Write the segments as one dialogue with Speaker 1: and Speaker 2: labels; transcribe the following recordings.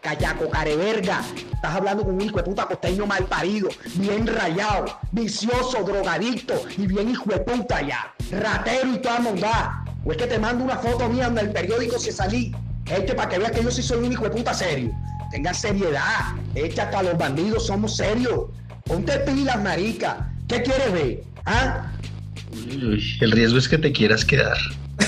Speaker 1: Callaco, careverga. Estás hablando con un hijo de puta costeño mal parido, bien rayado, vicioso, drogadicto y bien hijo de puta ya. Ratero y toda maldad. O es que te mando una foto mía en el periódico si salí. Este para que veas que yo sí soy un hijo de puta serio. Tengan seriedad. Echa hasta los bandidos, somos serios. Ponte pilas, marica. ¿Qué quieres ver? ¿Ah?
Speaker 2: Uy, el riesgo es que te quieras quedar.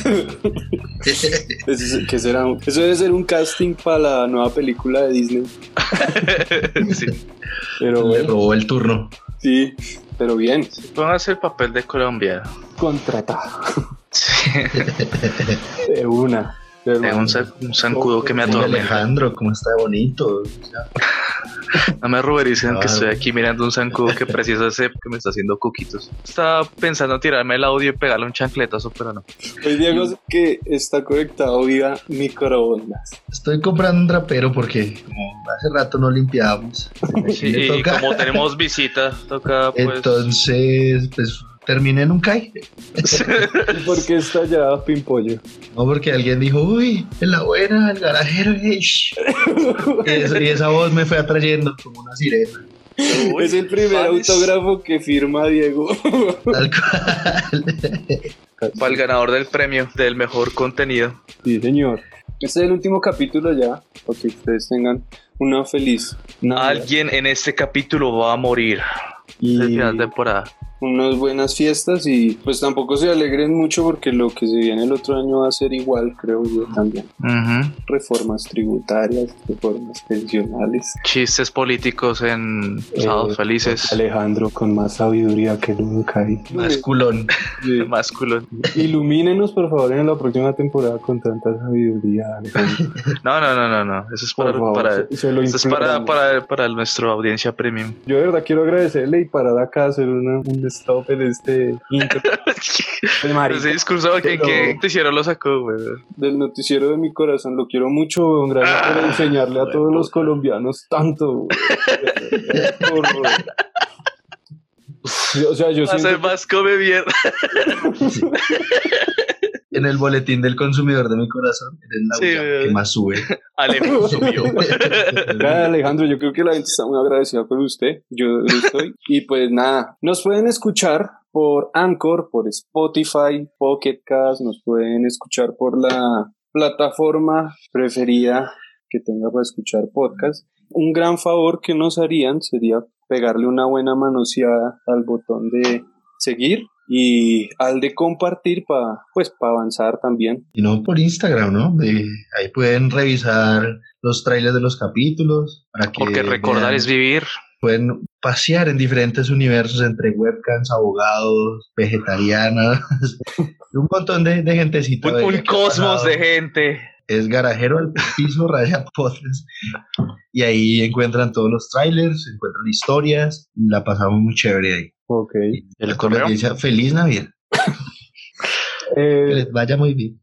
Speaker 3: Pues Eso, es- ¿qué será? Eso debe ser un casting para la nueva película de Disney.
Speaker 4: Sí.
Speaker 3: Pero
Speaker 2: Le
Speaker 3: bueno,
Speaker 2: robó el turno.
Speaker 3: sí, pero bien.
Speaker 4: Póngase el papel de colombiano.
Speaker 3: Contratado.
Speaker 4: Sí.
Speaker 3: De una. de
Speaker 4: Es un,
Speaker 3: una.
Speaker 4: san- un zancudo que me
Speaker 2: Mira,
Speaker 4: atormenta.
Speaker 2: Alejandro, cómo está bonito.
Speaker 4: No me rubericen que
Speaker 2: Claro.
Speaker 4: estoy aquí mirando un zancudo que precisa ese que me está haciendo cuquitos. Estaba pensando en tirarme el audio y pegarle un chancletazo, pero no.
Speaker 3: Hoy Pues, Diego es que está conectado vía microondas.
Speaker 2: Estoy comprando un trapero porque como hace rato no limpiábamos.
Speaker 4: Sí,
Speaker 2: Le
Speaker 4: y
Speaker 2: toca.
Speaker 4: como tenemos visita, toca pues.
Speaker 2: Entonces, pues terminé en un calle.
Speaker 3: ¿Y por qué está allá Pimpollo?
Speaker 2: No, porque alguien dijo, uy, es la buena, el garajero. ey". Y, eso- y esa voz me fue atrayendo como una sirena.
Speaker 4: Uy,
Speaker 3: es el primer
Speaker 4: ¿cuál es-
Speaker 3: autógrafo que firma Diego.
Speaker 2: Tal cual.
Speaker 4: Para el ganador del premio, del mejor contenido.
Speaker 3: Sí, señor. Este es el último capítulo ya, para que ustedes tengan una feliz Navidad
Speaker 4: Alguien en este capítulo va a morir. Es el
Speaker 3: y
Speaker 4: final de temporada.
Speaker 3: unas buenas fiestas y pues tampoco se alegren mucho porque lo que se viene el otro año va a ser igual, creo yo también.
Speaker 4: Ujú.
Speaker 3: Reformas tributarias, reformas pensionales.
Speaker 4: Chistes políticos en
Speaker 3: Eh,
Speaker 4: Sábados Felices.
Speaker 3: Alejandro con más sabiduría que nunca hay.
Speaker 2: Más culón.
Speaker 4: Másculo.
Speaker 3: Ilumínenos, por favor, en la próxima temporada con tanta sabiduría, Alejandro.
Speaker 4: No, no, no, no, no. Eso es
Speaker 3: Por
Speaker 4: para,
Speaker 3: favor,
Speaker 4: para,
Speaker 3: se, se lo
Speaker 4: eso es para,
Speaker 3: imploramos.
Speaker 4: para, para nuestra audiencia premium.
Speaker 3: Yo de verdad quiero agradecerle y parar acá, hacer una- un stop en este intro de marica.
Speaker 4: Ese discurso que,
Speaker 3: Pero-
Speaker 4: que te hicieron lo sacó, güey.
Speaker 3: del noticiero de mi corazón. Lo quiero mucho, weón. Gracias por enseñarle a todos los colombianos tanto. weón. Por- o sea, yo
Speaker 4: Va a
Speaker 3: siento
Speaker 4: ser más come mierda.
Speaker 2: En el boletín del consumidor de mi corazón, eres la
Speaker 4: Sí,
Speaker 2: bulla
Speaker 4: güey.
Speaker 2: que más sube.
Speaker 4: Alejo subió.
Speaker 3: Claro, Alejandro, yo creo que la gente está muy agradecida con usted. Yo lo estoy. Y pues nada, nos pueden escuchar por Anchor, por Spotify, Pocket Cast, nos pueden escuchar por la plataforma preferida que tenga para escuchar podcast. Un gran favor que nos harían sería pegarle una buena manoseada al botón de seguir y al de compartir para pues para avanzar también.
Speaker 2: Y no por Instagram, ¿no? De- ahí pueden revisar los trailers de los capítulos. Para que
Speaker 4: Porque recordar
Speaker 2: vean-
Speaker 4: es vivir.
Speaker 2: Pueden pasear en diferentes universos entre webcams, abogados, vegetarianas, un montón de, de gentecita.
Speaker 4: Un,
Speaker 2: bella
Speaker 4: un
Speaker 2: que ha
Speaker 4: cosmos
Speaker 2: pasado.
Speaker 4: de gente.
Speaker 2: Es garajero al piso, raya potres. Y ahí encuentran todos los trailers, encuentran historias. La pasamos muy chévere ahí.
Speaker 3: Ok.
Speaker 4: El
Speaker 2: La
Speaker 4: correo.
Speaker 2: audiencia, Feliz Navidad.
Speaker 3: Eh,
Speaker 2: Que les vaya muy bien.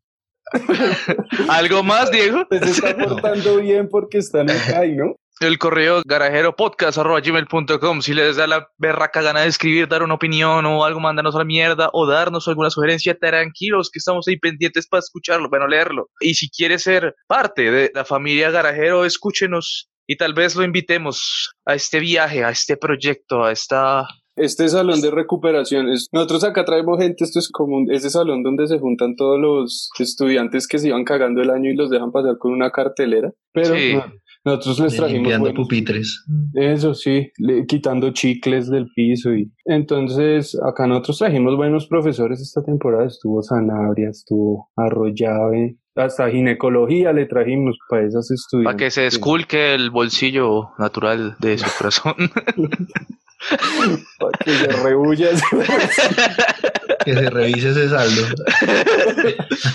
Speaker 4: ¿Algo más, Diego?
Speaker 3: se pues, está portando bien porque están acá, y ¿no?
Speaker 4: El correo garajeropodcast.com. Si les da la berraca gana de escribir, dar una opinión o algo, mandarnos a la mierda o darnos alguna sugerencia, tranquilos que estamos ahí pendientes para escucharlo, para no leerlo. Y si quieres ser parte de la familia Garajero, escúchenos y tal vez lo invitemos a este viaje, a este proyecto, a esta
Speaker 3: Este salón de recuperación, es- nosotros acá traemos gente, esto es como un- ese salón donde se juntan todos los estudiantes que se iban cagando el año y los dejan pasar con una cartelera. Pero
Speaker 4: Sí.
Speaker 3: no, nosotros les trajimos
Speaker 2: Limpiando
Speaker 3: buenos-
Speaker 2: pupitres.
Speaker 3: eso sí, le- quitando chicles del piso y entonces acá nosotros trajimos buenos profesores esta temporada, estuvo Sanabria, estuvo Arroyave, hasta ginecología le trajimos para esas estudiantes.
Speaker 4: Para que se esculque el bolsillo natural de su corazón.
Speaker 3: Para que se rehuya.
Speaker 2: Que se revise ese saldo.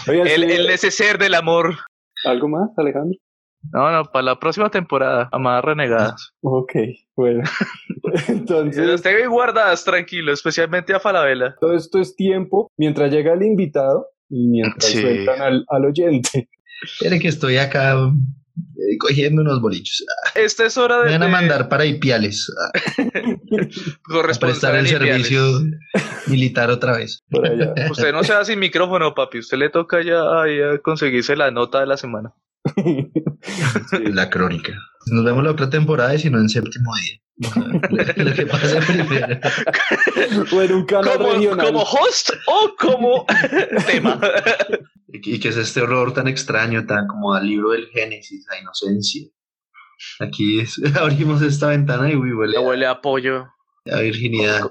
Speaker 3: Oiga,
Speaker 4: el,
Speaker 3: sí,
Speaker 4: el neceser del amor.
Speaker 3: ¿Algo más, Alejandro?
Speaker 4: No, no, para la próxima temporada, amadas renegadas.
Speaker 3: Ok, bueno. Entonces,
Speaker 4: Los tengo guardadas, tranquilo, especialmente a Falabella.
Speaker 3: todo esto es tiempo mientras llega el invitado y mientras
Speaker 4: Sí.
Speaker 3: sueltan al, al oyente.
Speaker 2: Espere que estoy acá eh, cogiendo unos bolichos.
Speaker 4: Esta es hora
Speaker 2: Me
Speaker 4: de,
Speaker 2: van a
Speaker 4: de
Speaker 2: mandar para Ipiales a- a prestar
Speaker 4: corresponsal
Speaker 2: el
Speaker 4: en Ipiales.
Speaker 2: servicio militar otra vez.
Speaker 3: Por allá.
Speaker 4: Usted no se da sin micrófono, papi. Usted le toca ya ahí a conseguirse la nota de la semana.
Speaker 2: La crónica. Nos vemos la otra temporada y si no en séptimo día. Bueno, lo que pasa primero.
Speaker 3: O en un canal
Speaker 4: Como,
Speaker 3: regional.
Speaker 4: como host o como tema.
Speaker 2: Y que- y que es este horror tan extraño, tan como al libro del Génesis, la inocencia. Aquí es- abrimos esta ventana y uy, huele
Speaker 4: Le huele a pollo.
Speaker 2: a, a virginidad,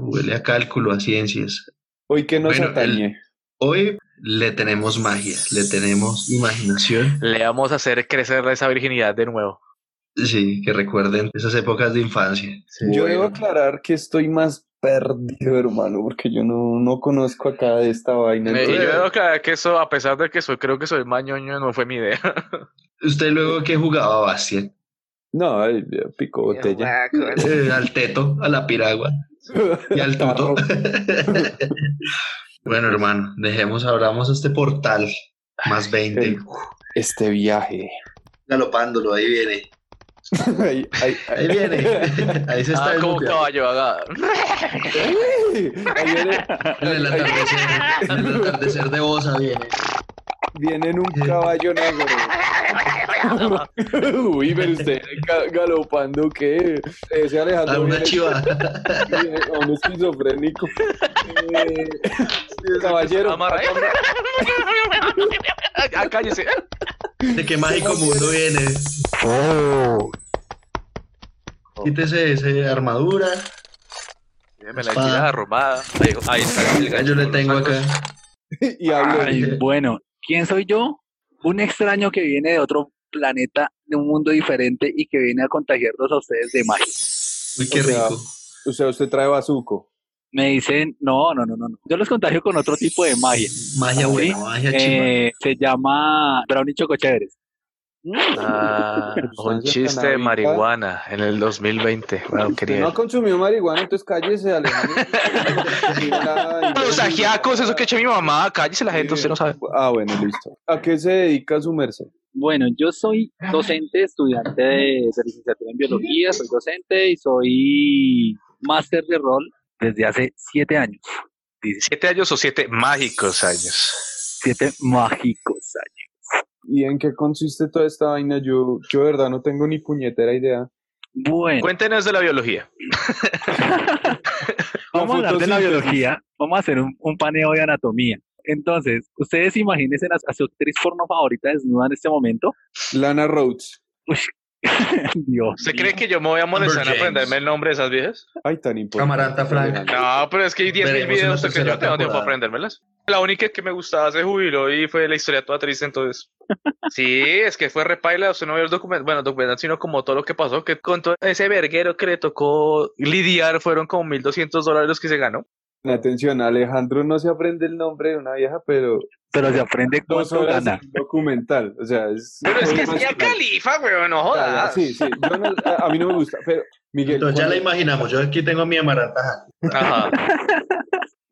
Speaker 2: huele a cálculo, a ciencias.
Speaker 3: Hoy que nos
Speaker 2: Bueno,
Speaker 3: atañe.
Speaker 2: Hoy le tenemos magia, le tenemos imaginación.
Speaker 4: Le vamos a hacer crecer esa virginidad de nuevo.
Speaker 2: Sí, que recuerden esas épocas de infancia.
Speaker 3: Yo
Speaker 4: Bueno.
Speaker 3: debo aclarar que estoy más perdido, hermano, porque yo no, no conozco acá de esta vaina.
Speaker 4: Me- y yo
Speaker 3: entonces-
Speaker 4: veo que- que eso, a pesar de que soy, creo que soy mañoño, no fue mi idea.
Speaker 2: ¿Usted luego que jugaba, Bastián?
Speaker 3: No, ay, ya pico botella.
Speaker 2: Eh, al teto, a la piragua y al tuto. bueno, hermano, dejemos, abramos este portal más 20. Uf,
Speaker 3: Este viaje.
Speaker 2: Galopándolo, ahí viene.
Speaker 3: Ahí, ahí,
Speaker 2: Ahí viene. Ahí se está
Speaker 4: Ah, como
Speaker 2: desmuteando.
Speaker 4: caballo, haga.
Speaker 3: Ahí viene,
Speaker 2: En el atardecer, en el atardecer de Bosa viene.
Speaker 3: viene en un caballo negro. Uy, pero usted ga- galopando, ¿qué? Ese Alejandro.
Speaker 2: A una
Speaker 3: viene-
Speaker 2: chiva.
Speaker 3: viene a un esquizofrénico. Eh, caballero.
Speaker 4: Amarra. Ah, cállese.
Speaker 2: De qué mágico mundo viene.
Speaker 5: Oh.
Speaker 2: Quítese esa armadura.
Speaker 4: Me la
Speaker 2: Espada.
Speaker 4: tirada robada. Ahí, ahí está.
Speaker 2: El gallo le
Speaker 4: Con los
Speaker 2: tengo acá.
Speaker 4: sacos.
Speaker 3: Y hablo.
Speaker 5: Ay, bueno, ¿quién soy yo? Un extraño que viene de otro planeta, de un mundo diferente y que viene a contagiarlos a ustedes de magia.
Speaker 2: Uy, qué
Speaker 3: O sea,
Speaker 2: rico.
Speaker 3: O sea, usted trae bazuco.
Speaker 5: Me dicen, no, no, no, no, no. Yo los contagio con otro tipo de magia.
Speaker 2: Magia
Speaker 5: ¿Sí?
Speaker 2: buena, magia chimba.
Speaker 5: Eh, se llama Brownie Chocochéveres.
Speaker 4: Ah,
Speaker 2: Pues,
Speaker 4: un
Speaker 3: Sustancias
Speaker 4: chiste de
Speaker 3: canábicas.
Speaker 4: marihuana en el 2020. Bueno,
Speaker 2: Pues,
Speaker 3: Usted
Speaker 4: quería.
Speaker 3: no ha consumido marihuana, entonces cállese, Alejandro.
Speaker 4: Los ajiacos, eso que echa mi mamá. Cállese la gente, usted no sabe.
Speaker 3: Ah, bueno, listo. ¿A qué se dedica su merced?
Speaker 5: Bueno, yo soy docente, estudiante de, de licenciatura en biología, soy docente y soy máster de rol desde hace siete años.
Speaker 4: Siete años o siete mágicos años.
Speaker 5: Siete mágicos años.
Speaker 3: ¿Y en qué consiste toda esta vaina? Yo, yo de verdad, no tengo ni puñetera idea.
Speaker 5: Bueno,
Speaker 4: Cuéntenos de la biología.
Speaker 5: Vamos a hablar de la
Speaker 3: fotosíntesis.
Speaker 5: biología, vamos a hacer un, un paneo de anatomía. Entonces, ustedes imagínense a, a su actriz porno favorita desnuda en este momento.
Speaker 3: Lana Rhodes.
Speaker 5: Dios.
Speaker 4: ¿Usted
Speaker 5: mío.
Speaker 4: cree que yo me voy a molestar en
Speaker 2: Amber James.
Speaker 4: aprenderme el nombre de esas viejas?
Speaker 3: Ay, tan importante.
Speaker 2: Camaranta Franca.
Speaker 4: No, pero es que hay 10.000
Speaker 2: Veremos en la
Speaker 4: videos que
Speaker 2: tercera
Speaker 4: yo tengo tiempo
Speaker 2: temporada.
Speaker 4: para aprendérmelas. La única que me gustaba se jubiló y fue la historia toda triste, entonces. Sí, es que fue repaila, usted no vio el documental, bueno, documental, sino como todo lo que pasó, que con todo ese verguero que le tocó lidiar fueron como 1.200 dólares los que se ganó.
Speaker 3: Atención, Alejandro no se aprende el nombre de una vieja, pero
Speaker 5: Pero se aprende
Speaker 3: dos
Speaker 5: cuánto
Speaker 3: horas
Speaker 5: gana.
Speaker 3: en documental. O sea, es.
Speaker 4: Pero es que es
Speaker 3: más Ah,
Speaker 4: ya califa, weón, no
Speaker 2: Ah,
Speaker 4: jodas.
Speaker 3: Sí, sí. Yo no- a a mí no me gusta, pero Miguel.
Speaker 2: Entonces ya la
Speaker 3: ¿cuál-
Speaker 2: imaginamos. Yo aquí tengo a mi amaranta.
Speaker 4: Ajá.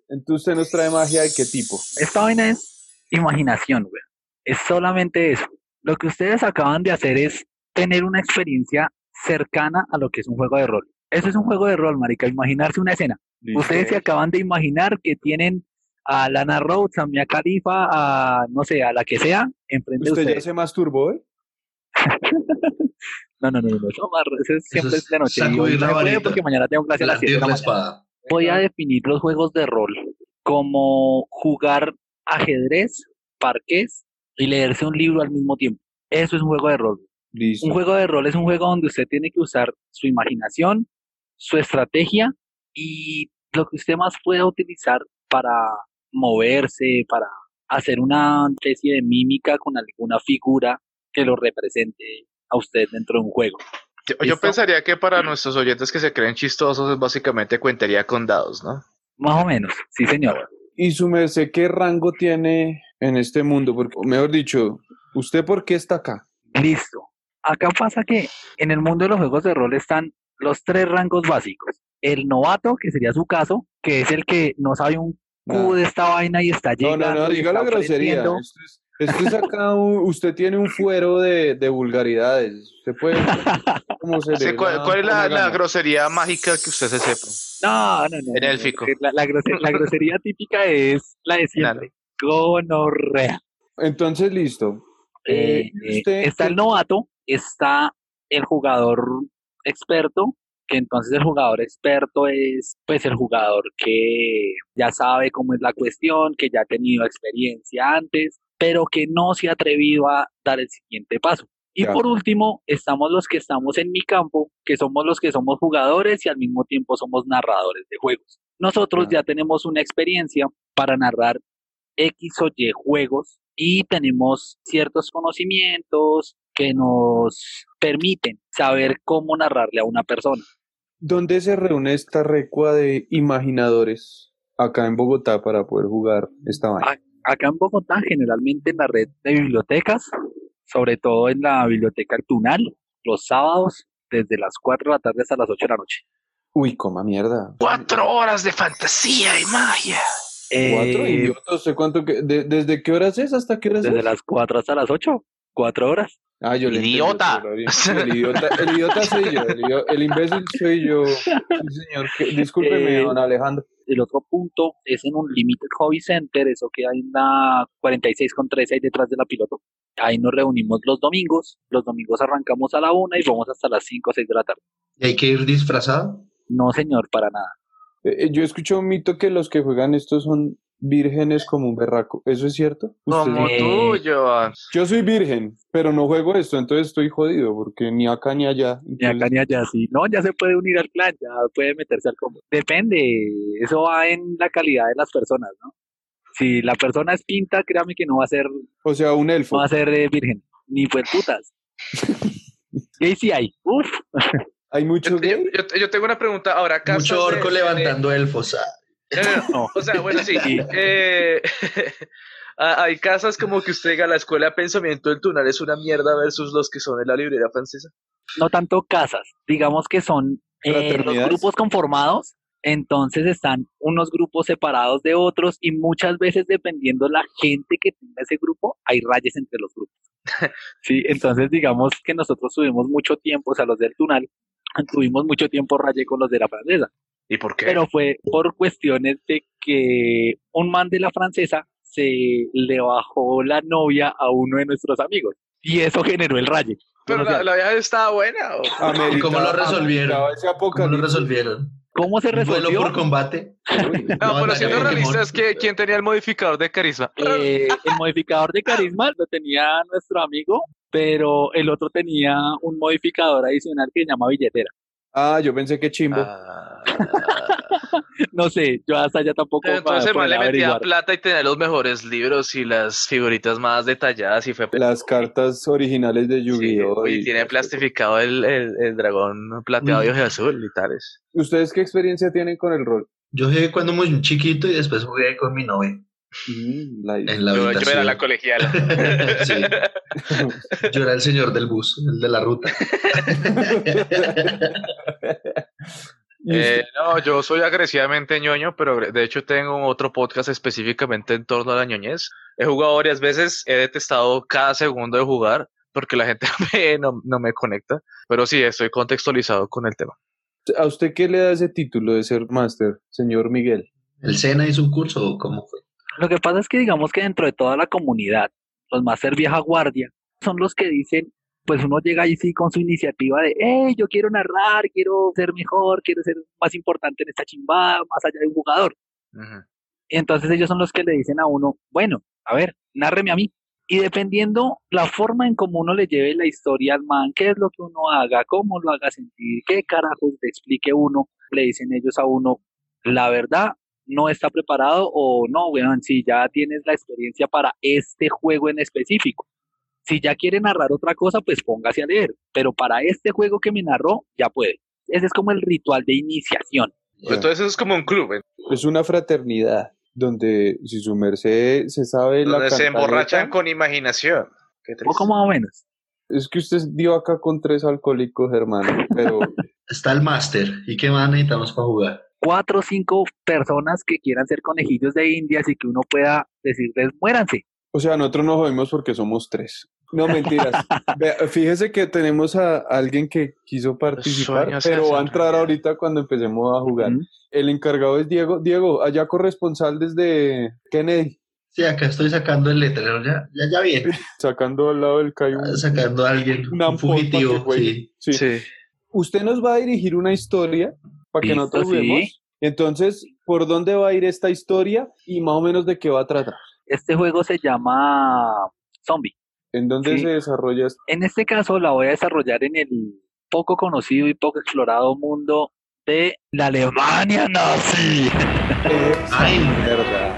Speaker 3: Entonces usted nos trae magia de qué tipo.
Speaker 5: Esta vaina es imaginación, güey. Es solamente eso. Lo que ustedes acaban de hacer es tener una experiencia cercana a lo que es un juego de rol. Eso es un juego de rol, marica. Imaginarse una escena. Ustedes se acaban de imaginar que tienen a Lana Rhodes, a Mia Khalifa, a no sé, a la que sea, enfrente de
Speaker 3: ¿Usted ya
Speaker 5: ustedes.
Speaker 3: se masturbó hoy?
Speaker 5: No, no, no, no, no, eso, amarra- eso es- siempre
Speaker 2: es
Speaker 5: es de noche. Y
Speaker 2: sacudir
Speaker 5: hoy no
Speaker 2: la
Speaker 5: se puede
Speaker 2: varita.
Speaker 5: porque mañana tengo clase a las 7 de
Speaker 2: Blandir la
Speaker 5: la mañana.
Speaker 2: espada.
Speaker 5: Voy a definir los juegos de rol como jugar ajedrez, parques y leerse un libro al mismo tiempo. Eso es un juego de rol.
Speaker 3: Listo.
Speaker 5: Un juego de rol es un juego donde usted tiene que usar su imaginación, su estrategia y lo que usted más pueda utilizar para moverse, para hacer una especie de mímica con alguna figura que lo represente a usted dentro de un juego.
Speaker 4: Yo, yo
Speaker 5: ¿Listo?
Speaker 4: pensaría que para nuestros oyentes que se creen chistosos es básicamente cuentería con dados, ¿no?
Speaker 5: Más o menos, sí señor.
Speaker 3: ¿Y su merced qué rango tiene en este mundo? Porque, mejor dicho, ¿usted por qué está acá?
Speaker 5: Listo. Acá pasa que en el mundo de los juegos de rol están los tres rangos básicos. El novato, que sería su caso, que es el que no sabe un cubo de esta vaina y está
Speaker 3: Ah. No,
Speaker 5: llegando.
Speaker 3: no, no,
Speaker 5: y
Speaker 3: diga la
Speaker 5: está
Speaker 3: grosería.
Speaker 5: aprendiendo.
Speaker 3: Esto es, esto es acá, un- usted tiene un fuero de, de vulgaridades. Usted puede. como se
Speaker 4: Sí,
Speaker 3: le
Speaker 4: ¿Cuál,
Speaker 3: da
Speaker 4: cuál es la,
Speaker 3: una
Speaker 4: la
Speaker 3: gana.
Speaker 4: grosería mágica que usted se sepa?
Speaker 5: No, no, no.
Speaker 4: En
Speaker 5: no, no,
Speaker 4: élfico.
Speaker 5: porque La, la grose- la grosería típica es la de siempre. Gonorrea.
Speaker 3: Entonces, listo.
Speaker 5: Eh,
Speaker 3: Eh, usted-
Speaker 5: está el novato, está el jugador experto, que entonces el jugador experto es pues el jugador que ya sabe cómo es la cuestión, que ya ha tenido experiencia antes, pero que no se ha atrevido a dar el siguiente paso. Y
Speaker 3: Ya.
Speaker 5: por último, estamos los que estamos en mi campo, que somos los que somos jugadores y al mismo tiempo somos narradores de juegos. Nosotros ya tenemos una experiencia para narrar X o Y juegos y tenemos ciertos conocimientos que nos permiten saber cómo narrarle a una persona.
Speaker 3: ¿Dónde se reúne esta recua de imaginadores acá en Bogotá para poder jugar esta vaina?
Speaker 5: Acá en Bogotá, generalmente en la red de bibliotecas, sobre todo en la biblioteca Tunal, los sábados, desde las 4 de la tarde hasta las 8 de la noche.
Speaker 3: Uy, coma mierda.
Speaker 4: Cuatro horas de fantasía y magia.
Speaker 3: ¿Cuatro
Speaker 5: Eh,
Speaker 3: idiotas? ¿Sé cuánto que- de- ¿Desde qué horas es hasta qué horas
Speaker 5: desde
Speaker 3: es?
Speaker 5: las 4 hasta las 8, 4 horas.
Speaker 3: Ah, yo le entendí
Speaker 4: Idiota.
Speaker 3: otro horario. Sí, El idiota, el idiota soy yo, el, idio- el imbécil soy yo. Sí, señor. Que- Discúlpeme,
Speaker 5: Eh,
Speaker 3: don Alejandro.
Speaker 5: El otro punto es en un Limited Hobby Center, eso que hay en la 46 con 13 ahí detrás de la piloto. Ahí nos reunimos los domingos. Los domingos arrancamos a la 1 y vamos hasta las 5 o 6 de la tarde.
Speaker 2: ¿Y hay que ir disfrazado?
Speaker 5: No, señor, para nada.
Speaker 3: Eh, eh, yo escuché un mito que los que juegan estos son vírgenes como un berraco. ¿Eso es cierto? Usted-
Speaker 4: Como
Speaker 5: Eh,
Speaker 4: tú, Joan.
Speaker 3: Yo soy virgen, pero no juego esto, entonces estoy jodido porque ni acá ni allá.
Speaker 5: Ni acá ni allá, sí. No, ya se puede unir al clan, ya puede meterse al combo. Depende, eso va en la calidad de las personas, ¿no? Si la persona es pinta, créame que no va a ser, no
Speaker 3: O sea, un elfo.
Speaker 5: va a ser eh, virgen, ni pues putas. Y ahí sí hay. Uf,
Speaker 3: Hay
Speaker 4: Yo,
Speaker 3: mucho
Speaker 4: yo-
Speaker 3: gay.
Speaker 4: yo- yo tengo una pregunta ahora. casas
Speaker 2: Mucho
Speaker 4: de-
Speaker 2: orco
Speaker 4: de-
Speaker 2: levantando elfos. ah.
Speaker 4: No, no, no. O sea, bueno, sí. eh, ah, hay casas como que usted diga la escuela de pensamiento del Tunal es una mierda versus los que son en la librería francesa.
Speaker 5: no tanto casas, digamos que son eh, los
Speaker 3: Fraternidades.
Speaker 5: grupos conformados, entonces están unos grupos separados de otros y muchas veces dependiendo la gente que tenga ese grupo, hay rayes entre los grupos. sí, entonces digamos que nosotros tuvimos mucho tiempo, o sea, los del Tunal, tuvimos mucho tiempo raye con los de la francesa,
Speaker 4: ¿Y por qué?
Speaker 5: pero fue por cuestiones de que un man de la francesa se le bajó la novia a uno de nuestros amigos y eso generó el raye.
Speaker 4: Pero
Speaker 5: o sea,
Speaker 4: la, la vieja estaba buena. ¿o?
Speaker 3: Ameritaba-
Speaker 2: ¿Y cómo lo resolvieron?
Speaker 3: ameritaba
Speaker 2: ¿Cómo
Speaker 3: ese
Speaker 2: lo
Speaker 3: apocalipsis.
Speaker 2: resolvieron?
Speaker 5: ¿Cómo se
Speaker 2: ¿Duelo
Speaker 5: resolvió?
Speaker 2: por combate?
Speaker 4: No, pero
Speaker 2: no,
Speaker 4: siendo
Speaker 2: no, no,
Speaker 4: realistas,
Speaker 2: no.
Speaker 4: ¿qué- ¿quién tenía el modificador de carisma?
Speaker 5: Eh, el modificador de carisma lo tenía nuestro amigo, pero el otro tenía un modificador adicional que se llama billetera.
Speaker 3: Ah, yo pensé que chimbo.
Speaker 2: Ah,
Speaker 5: No sé, yo hasta allá tampoco. pa-
Speaker 4: Eh, Entonces,
Speaker 5: podría
Speaker 4: man, le metía
Speaker 5: averiguar.
Speaker 4: plata y tenía los mejores libros y las figuritas más detalladas y fue.
Speaker 3: Las cartas originales de
Speaker 4: Sí,
Speaker 3: Yu-Gi-Oh!
Speaker 4: y
Speaker 3: y-
Speaker 4: tiene plastificado el, el, el dragón plateado y
Speaker 2: Uy.
Speaker 4: ojos azul y tales.
Speaker 3: ¿Ustedes qué experiencia tienen con el rol?
Speaker 2: Yo jugué cuando muy chiquito y después jugué con mi novia
Speaker 3: Mm, la-
Speaker 2: en la
Speaker 4: Yo, yo
Speaker 2: habitación.
Speaker 4: era la Eh, colegiala.
Speaker 2: Sí. Yo era el señor del bus, el de la ruta.
Speaker 3: ¿Y
Speaker 4: Eh,
Speaker 3: usted-
Speaker 4: no, yo soy agresivamente ñoño, pero de hecho tengo otro podcast específicamente en torno a la ñoñez. He jugado varias veces, he detestado cada segundo de jugar porque la gente me- no, no me conecta, pero sí, estoy contextualizado con el tema.
Speaker 3: ¿A usted qué le da ese título de ser máster, señor Miguel?
Speaker 2: ¿El Sena hizo un curso o cómo fue?
Speaker 5: Lo que pasa es que digamos que dentro de toda la comunidad, los más ser vieja guardia, son los que dicen, pues uno llega ahí sí con su iniciativa de, hey, yo quiero narrar, quiero ser mejor, quiero ser más importante en esta chimbada, más allá de un jugador.
Speaker 4: Ujú.
Speaker 5: Y entonces ellos son los que le dicen a uno, bueno, a ver, nárreme a mí. Y dependiendo la forma en cómo uno le lleve la historia al man, qué es lo que uno haga, cómo lo haga sentir, qué carajos le explique uno, le dicen ellos a uno, la verdad, no está preparado o no, weón, si ya tienes la experiencia para este juego en específico. Si ya quiere narrar otra cosa, pues póngase a leer. Pero para este juego que me narró, ya puede. Ese es como el ritual de iniciación.
Speaker 4: Entonces eso es como un club, ¿eh?
Speaker 3: Es una fraternidad donde si su merced se sabe la
Speaker 4: donde se
Speaker 3: cantaleta-
Speaker 4: emborrachan con imaginación. Qué triste.
Speaker 5: Poco más o menos.
Speaker 3: Es que usted dio acá con tres alcohólicos, hermano, pero
Speaker 2: Está el máster. ¿Y qué más necesitamos para jugar?
Speaker 5: cuatro o cinco personas que quieran ser conejillos de indias y que uno pueda decirles muéranse.
Speaker 3: o sea, nosotros no jodimos porque somos tres. No mentiras. Vea, Fíjese que tenemos a alguien que quiso participar,
Speaker 4: sueños se
Speaker 3: pero va a
Speaker 4: hacen
Speaker 3: entrar
Speaker 4: realidad. Mm.
Speaker 3: ahorita cuando empecemos a jugar.
Speaker 5: Ujú.
Speaker 3: El encargado es Diego. Diego, allá corresponsal desde Kennedy.
Speaker 2: Sí, acá estoy sacando el letrero, ya, ya, ya viene.
Speaker 3: Sacando al lado del calle un-
Speaker 2: Sacando a alguien,
Speaker 3: Una
Speaker 2: un fugitivo,
Speaker 3: pompa que juegue.
Speaker 2: sí.
Speaker 3: Sí.
Speaker 4: Ah, Sí.
Speaker 3: Usted nos va a dirigir una historia para que
Speaker 5: Listo,
Speaker 3: nosotros
Speaker 5: sí.
Speaker 3: vemos. Entonces, ¿por dónde va a ir esta historia y más o menos de qué va a tratar?
Speaker 5: Este juego se llama Zombie.
Speaker 3: ¿En dónde
Speaker 5: Sí.
Speaker 3: se desarrolla esto?
Speaker 5: En este caso la voy a desarrollar en el poco conocido y poco explorado mundo de la Alemania nazi.
Speaker 2: Ay, verdad.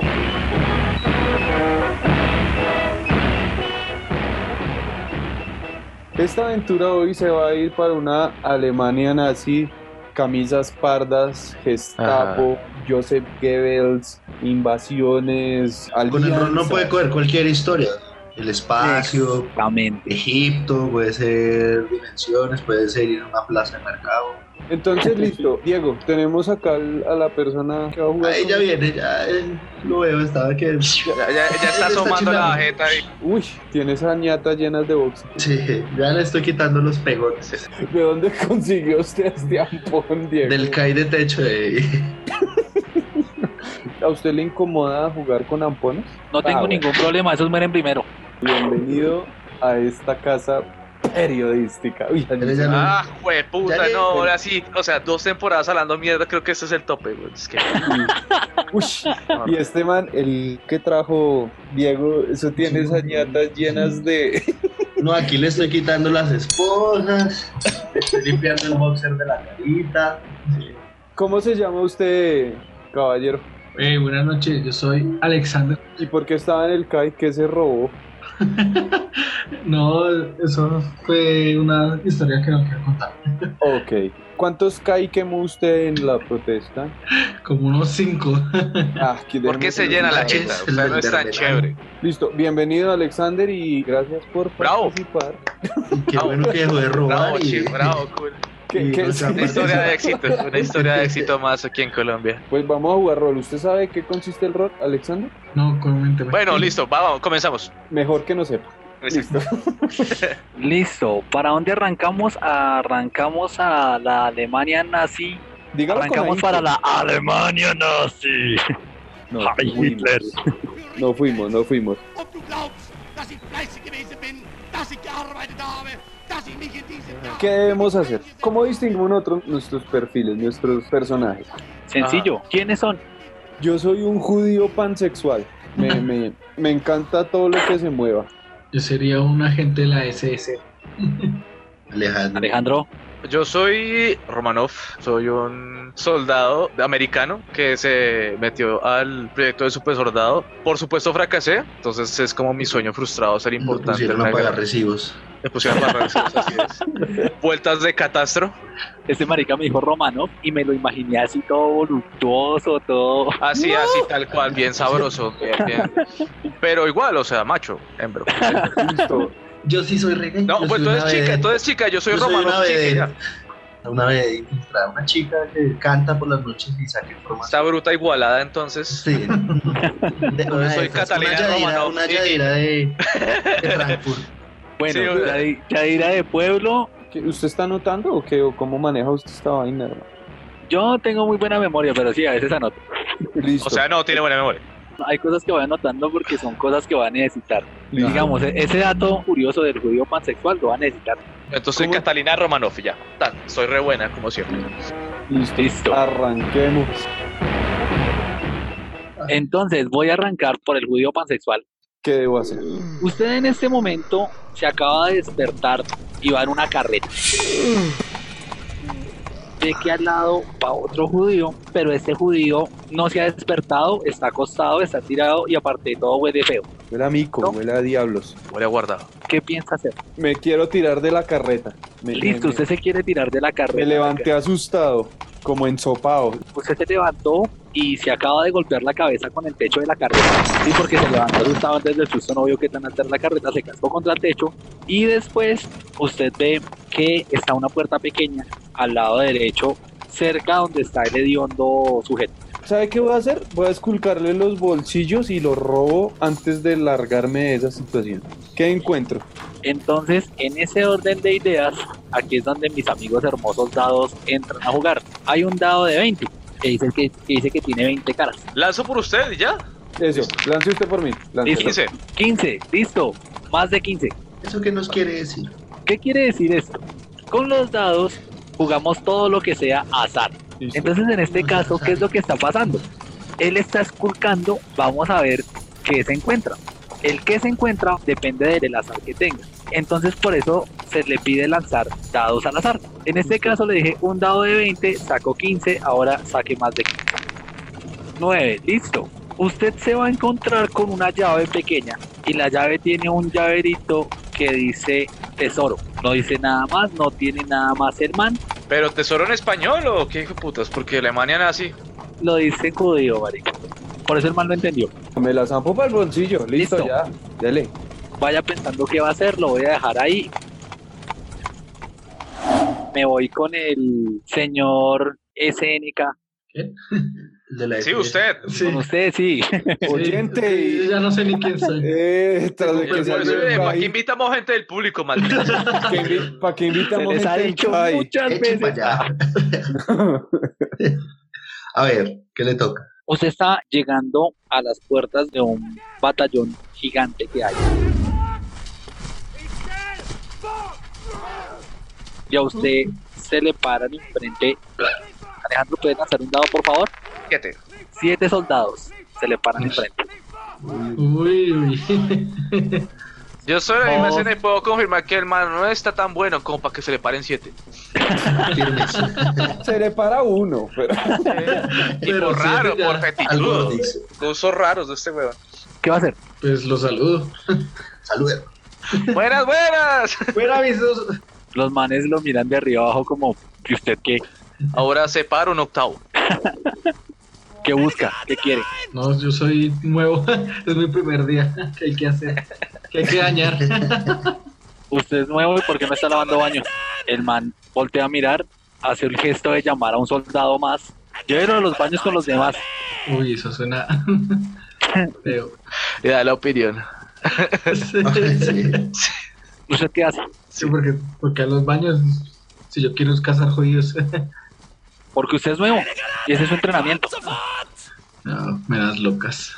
Speaker 3: Esta aventura hoy se va a ir para una Alemania nazi, camisas pardas, Gestapo, Joseph Goebbels, invasiones,
Speaker 2: Con el rol no
Speaker 3: alianzas.
Speaker 2: puede coger cualquier historia. El espacio,
Speaker 5: Exactamente.
Speaker 2: Egipto, puede ser dimensiones, puede ser ir a una plaza de mercado.
Speaker 3: Entonces, listo. Diego, tenemos acá al- a la persona que va a jugar.
Speaker 2: Ahí
Speaker 3: con-
Speaker 2: ya viene, ya eh, lo veo, estaba que.
Speaker 4: Ya, ya- ya está asomando la jeta ahí.
Speaker 3: Uy, tiene esas ñatas llenas de box.
Speaker 2: Sí, ya le estoy quitando los pegones
Speaker 3: ¿De dónde consiguió usted este ampón, Diego?
Speaker 2: del CAI de techo. eh.
Speaker 3: ¿A usted le incomoda jugar con ampones?
Speaker 5: No tengo
Speaker 3: bueno.
Speaker 5: ningún problema, esos mueren primero.
Speaker 3: Bienvenido a esta casa periodística. Uy,
Speaker 2: Pero ya no-
Speaker 4: Ah,
Speaker 2: Ya
Speaker 4: jueputa,
Speaker 2: le-
Speaker 4: no, ahora sí. O sea, dos temporadas hablando mierda, creo que ese es el tope, güey. Es que,
Speaker 3: uy. Y este man, el que trajo Diego, eso tiene esas ñatas llenas de...
Speaker 2: No, aquí le estoy quitando las esposas, le estoy limpiando el boxer de la carita.
Speaker 3: ¿Cómo se llama usted, caballero?
Speaker 6: Eh, buenas noches, yo soy Alexander.
Speaker 3: ¿Y por qué estaba en el CAI? ¿Qué se robó?
Speaker 6: No, eso fue una historia que no quiero contar.
Speaker 3: Ok. ¿Cuántos CAI quemó usted en la protesta?
Speaker 6: Como unos cinco.
Speaker 3: Ah, aquí
Speaker 4: ¿Por qué
Speaker 3: dejemos
Speaker 4: se
Speaker 3: el-
Speaker 4: llena la
Speaker 2: Noches,
Speaker 4: jeta? O sea, no es tan
Speaker 2: Verbenal.
Speaker 4: chévere.
Speaker 3: Listo, bienvenido Alexander y gracias por
Speaker 4: Bravo.
Speaker 3: participar.
Speaker 2: Qué bueno que dejó de robar.
Speaker 4: Bravo,
Speaker 2: y-
Speaker 4: chico, bravo, cool.
Speaker 3: ¿Qué-
Speaker 2: Y
Speaker 3: qué
Speaker 2: no
Speaker 3: es-
Speaker 2: se
Speaker 4: Una historia de éxito, una historia de éxito más aquí en Colombia.
Speaker 3: Pues vamos a jugar rol. ¿Usted sabe qué consiste el rol, Alexander?
Speaker 6: No, coménteme.
Speaker 4: Bueno, listo, va- vamos, comenzamos.
Speaker 3: Mejor que no sepa.
Speaker 4: Pues,
Speaker 3: Listo.
Speaker 5: Listo, ¿para dónde arrancamos? Arrancamos a la Alemania nazi.
Speaker 3: Dígalo con
Speaker 5: arrancamos
Speaker 3: intro.
Speaker 5: para la Alemania nazi.
Speaker 3: No,
Speaker 5: Ay,
Speaker 3: fuimos.
Speaker 5: Hitler.
Speaker 3: No fuimos, no fuimos.
Speaker 7: ob du glaubst, dass ich fleißig gewesen bin, dass ich gearbeitet habe, dass ich mich in diesem Jahr...
Speaker 3: ¿Qué debemos hacer? ¿Cómo distinguimos nosotros nuestros perfiles, nuestros personajes?
Speaker 5: Sencillo, ¿quiénes son?
Speaker 3: Yo soy un judío pansexual. Me, me- me encanta todo lo que se mueva.
Speaker 6: Yo sería un agente de la SS.
Speaker 2: Alejandro.
Speaker 5: Alejandro,
Speaker 4: Yo soy Romanov, soy un soldado americano que se metió al proyecto de super soldado. Por supuesto fracasé, entonces es como mi sueño frustrado ser
Speaker 2: Lo
Speaker 4: importante. en
Speaker 2: pusieron
Speaker 4: una
Speaker 2: a pagar
Speaker 4: guerra.
Speaker 2: recibos.
Speaker 4: Me pusieron a pagar recibos, así es. Vueltas de catastro.
Speaker 5: este marica me dijo Romano y me lo imaginé así todo voluptuoso, todo.
Speaker 4: Así, así, tal cual, bien sabroso. bien, bien. Pero igual, o sea, macho, hembro.
Speaker 3: Listo.
Speaker 2: Yo sí soy reggae.
Speaker 4: No, pues tú eres chica, tú eres chica, yo soy
Speaker 2: Yo soy
Speaker 4: Romanov,
Speaker 2: una
Speaker 4: chica,
Speaker 2: vedette.
Speaker 4: ya.
Speaker 2: Una vez infiltrada, una chica que canta por las noches y saca información.
Speaker 4: Esta bruta igualada, entonces.
Speaker 2: Sí. De-
Speaker 4: Yo
Speaker 2: una
Speaker 4: soy
Speaker 2: de esas,
Speaker 4: Catalina
Speaker 2: una Yadira,
Speaker 4: Romanov,
Speaker 2: Una
Speaker 4: sí.
Speaker 2: Yadira de, de Frankfurt.
Speaker 5: Bueno,
Speaker 4: Sí, o sea.
Speaker 5: Yadi- Yadira de pueblo,
Speaker 3: ¿Qué- ¿Usted está anotando o qué? ¿O cómo maneja usted esta vaina? hermano?
Speaker 5: yo tengo muy buena memoria, pero sí, a veces anoto.
Speaker 3: Listo.
Speaker 4: O sea, no, tiene buena memoria.
Speaker 5: Hay cosas que voy anotando porque son cosas que va a necesitar.
Speaker 3: listo.
Speaker 5: Digamos, e- ese dato curioso del judío pansexual lo va a necesitar.
Speaker 4: Entonces
Speaker 3: ¿Cómo?
Speaker 4: soy Catalina Romanov, ya. Tan, soy re buena, como siempre.
Speaker 3: Listo.
Speaker 5: Listo.
Speaker 3: Arranquemos.
Speaker 5: Entonces, voy a arrancar por el judío pansexual.
Speaker 3: ¿Qué debo hacer?
Speaker 5: Usted en este momento se acaba de despertar y va en una carreta. Ve que al lado va otro judío, pero este judío no se ha despertado, está acostado, está tirado y aparte de todo huele feo.
Speaker 3: Huele a mico,
Speaker 5: No.
Speaker 3: huele a diablos.
Speaker 4: Huele a guardado.
Speaker 5: ¿Qué piensa hacer?
Speaker 3: Me quiero tirar de la carreta. Me,
Speaker 5: Listo,
Speaker 3: me-
Speaker 5: usted se quiere tirar de la carreta.
Speaker 3: Me levanté asustado, como ensopado.
Speaker 5: Usted pues este se levantó y se acaba de golpear la cabeza con el techo de la carreta. Sí, porque se levantó asustado antes del susto, no vio que tan alta era la carreta, se cascó contra el techo. Y después usted ve que está una puerta pequeña al lado derecho, cerca donde está el hediondo sujeto.
Speaker 3: ¿Sabe qué voy a hacer? Voy a esculcarle los bolsillos y los robo antes de largarme de esa situación. ¿Qué encuentro?
Speaker 5: Entonces, en ese orden de ideas, aquí es donde mis amigos hermosos dados entran a jugar. Hay un dado de 20 que dice que, que dice que tiene 20 caras.
Speaker 4: Lanzo por usted y ya.
Speaker 3: Eso, lance usted por mí. lance.
Speaker 4: 15.
Speaker 5: 15, listo, más de 15.
Speaker 2: ¿Eso qué nos quiere decir?
Speaker 5: ¿Qué quiere decir esto? Con los dados jugamos todo lo que sea azar.
Speaker 3: Listo.
Speaker 5: Entonces, en este caso, ¿qué es lo que está pasando? Él está esculcando, vamos a ver qué se encuentra. El que se encuentra depende del azar que tenga. Entonces, por eso se le pide lanzar dados al azar. En este caso, le dije un dado de 20, sacó 15, ahora saque más de 15. 9, listo. Usted se va a encontrar con una llave pequeña y la llave tiene un llaverito que dice tesoro. No dice nada más, no tiene nada más el man,
Speaker 4: ¿Pero tesoro en español o qué hijo de putas? Porque Alemania nazi.
Speaker 5: lo dice en judío, marica. Por eso el man lo entendió.
Speaker 3: Me la zampo para el bolsillo. Listo,
Speaker 5: Listo.
Speaker 3: ya. Dele.
Speaker 5: Vaya pensando qué va a hacer, lo voy a dejar ahí. Me voy con el señor SNK.
Speaker 2: El de la
Speaker 4: Sí,
Speaker 2: FDS.
Speaker 4: usted.
Speaker 6: Sí.
Speaker 5: Con usted, sí.
Speaker 3: Oyente
Speaker 6: Sí,
Speaker 3: y-
Speaker 6: Yo ya no sé ni quién soy.
Speaker 3: Eh, tras de que
Speaker 4: Pues,
Speaker 3: se
Speaker 4: por eso,
Speaker 3: arme
Speaker 4: eh,
Speaker 3: el
Speaker 4: ¿Para qué
Speaker 3: país,
Speaker 4: invitamos gente del público, maldito?
Speaker 3: ¿Para qué invi- para qué
Speaker 5: Se
Speaker 3: invitamos
Speaker 5: les ha
Speaker 3: gente del
Speaker 5: dicho
Speaker 3: país?
Speaker 5: muchas
Speaker 2: Echen
Speaker 5: veces.
Speaker 2: para allá. A ver, ¿qué le toca?
Speaker 5: Usted está llegando a las puertas de un batallón gigante que hay. Y a usted se le paran enfrente. Alejandro, ¿puede lanzar un dado, por favor?
Speaker 4: Fíjate.
Speaker 5: Siete soldados se le paran enfrente.
Speaker 6: Uy, uy.
Speaker 4: Yo solo en
Speaker 5: No.
Speaker 4: mi escena y puedo confirmar que el man no está tan bueno como para que se le paren siete.
Speaker 2: Firmes.
Speaker 3: Se le para uno, pero
Speaker 4: Y
Speaker 6: Pero
Speaker 4: por raro,
Speaker 6: siete ya.
Speaker 4: por
Speaker 2: Algo
Speaker 4: fetitudo.
Speaker 2: dice.
Speaker 4: Usos raros de este weón.
Speaker 5: ¿Qué va a hacer?
Speaker 6: Pues lo saludo.
Speaker 2: Saluden.
Speaker 4: Buenas, buenas.
Speaker 6: Fuera mis dos.
Speaker 5: Los manes lo miran de arriba abajo como, ¿y usted qué?
Speaker 4: Ahora se para un octavo.
Speaker 5: ¿Qué busca? ¿Qué quiere?
Speaker 6: No, yo soy nuevo. Es mi primer día. ¿Qué hay que hacer? ¿Qué hay que dañar?
Speaker 5: Usted es nuevo y ¿por qué no está lavando baño? El man voltea a mirar, hace el gesto de llamar a un soldado más. Llévelo a los baños con los demás.
Speaker 6: Uy, eso suena. feo.
Speaker 4: Le da la opinión.
Speaker 6: Sí.
Speaker 2: Sí.
Speaker 5: ¿Usted qué hace?
Speaker 6: Sí, porque, porque a los baños, si yo quiero es cazar jodidos.
Speaker 5: Porque usted es nuevo y ese es su entrenamiento.
Speaker 6: No, me das locas.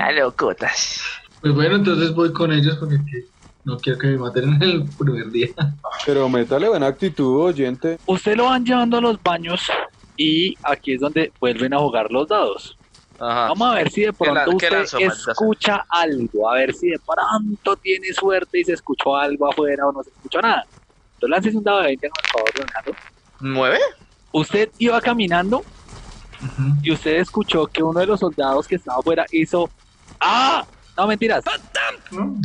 Speaker 4: A locotas.
Speaker 6: Pues bueno, entonces voy con ellos porque que- no quiero que me maten en el primer día.
Speaker 3: pero métale buena actitud, oyente.
Speaker 5: Usted lo van llevando a los baños y aquí es donde vuelven a jugar los dados.
Speaker 4: Ajá.
Speaker 5: Vamos a ver si de
Speaker 4: la-
Speaker 5: pronto
Speaker 4: Ah, qué
Speaker 5: usted
Speaker 4: lanzó, maldita sea?
Speaker 5: escucha algo. A ver si de pronto tiene suerte y se escuchó algo afuera o no se escuchó nada. Entonces lances un dado de 20, por favor, don Alejandro.
Speaker 4: ¿Nueve?
Speaker 5: Usted iba caminando y usted escuchó que uno de los soldados que estaba afuera hizo ¡Ah! No, mentiras.
Speaker 6: ¿No?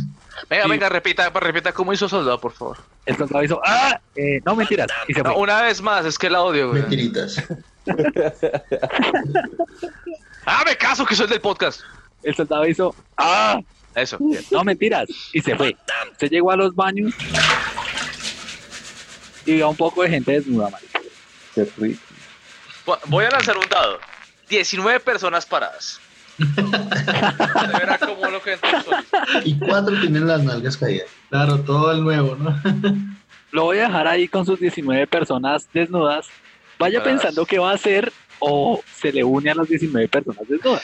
Speaker 4: Venga,
Speaker 5: Sí.
Speaker 4: venga, repita, repita cómo hizo soldado, por favor.
Speaker 5: El soldado hizo ¡Ah! Eh, no, mentiras. Y se
Speaker 4: No,
Speaker 5: fue.
Speaker 4: una vez más, es que la odio, güey.
Speaker 2: Mentiritas.
Speaker 4: ¡Ah, me caso que soy del podcast!
Speaker 5: El soldado hizo ¡Ah!
Speaker 4: Eso.
Speaker 5: No, mentiras. Y se fue. Se llegó a los baños y vio a un poco de gente desnuda, marica.
Speaker 3: Qué rico.
Speaker 4: Bu- Voy a lanzar un dado. 19 personas paradas. Se verá cómo lo que entró solito.
Speaker 2: Y cuatro tienen las nalgas caídas.
Speaker 6: Claro, todo el nuevo, ¿no?
Speaker 5: Lo voy a dejar ahí con sus 19 personas desnudas. Vaya
Speaker 4: Desnudas.
Speaker 5: pensando qué va a hacer o se le une a las 19 personas desnudas.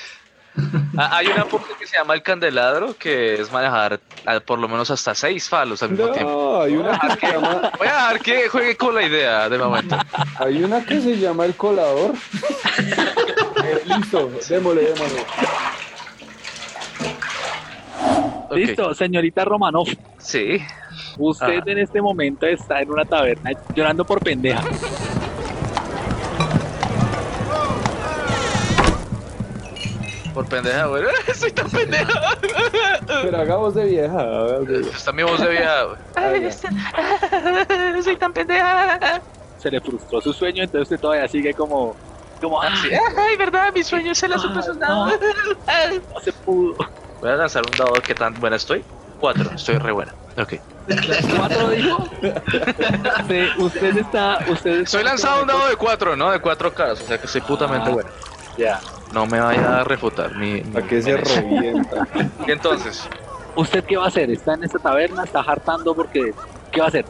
Speaker 4: Ah, Hay una aporte que se llama el candelabro, que es manejar a- por lo menos hasta 6 falos al mismo tiempo.
Speaker 3: No, hay una que se llama,
Speaker 4: Voy a dejar que juegue con la idea de momento.
Speaker 3: hay una que se llama el colador. Eh, listo, démosle, démosle.
Speaker 4: Ok.
Speaker 5: Listo, señorita Romanov.
Speaker 4: Sí.
Speaker 5: Usted
Speaker 4: Ajá.
Speaker 5: en este momento está en una taberna llorando por pendeja.
Speaker 4: Por pendeja, güey. Soy tan pendeja. Pues
Speaker 3: Pero hagamos de vieja. hagamos de vieja.
Speaker 4: Está mi voz de vieja, güey.
Speaker 3: Haga.
Speaker 4: Soy tan pendeja.
Speaker 5: Se le frustró su sueño, entonces usted todavía sigue como, como ah,
Speaker 4: Sí. Ay, verdad, mi sueño es ser la super soldado.
Speaker 5: no se pudo.
Speaker 4: Voy a lanzar un dado que tan buena estoy. Cuatro, estoy re buena. Ok.
Speaker 5: Cuatro dijo. Usted, usted está, usted. está-
Speaker 4: Soy lanzado un dado de cuatro, ¿no? De cuatro caras, o sea que soy putamente
Speaker 5: Ah.
Speaker 4: bueno.
Speaker 5: Ya.
Speaker 4: No me vaya a refutar mi. mi-
Speaker 3: ¿A qué se
Speaker 4: mi-
Speaker 3: revienta?
Speaker 4: Y entonces,
Speaker 5: ¿Usted qué va a hacer? Está en esta taberna, está hartando porque qué va a hacer.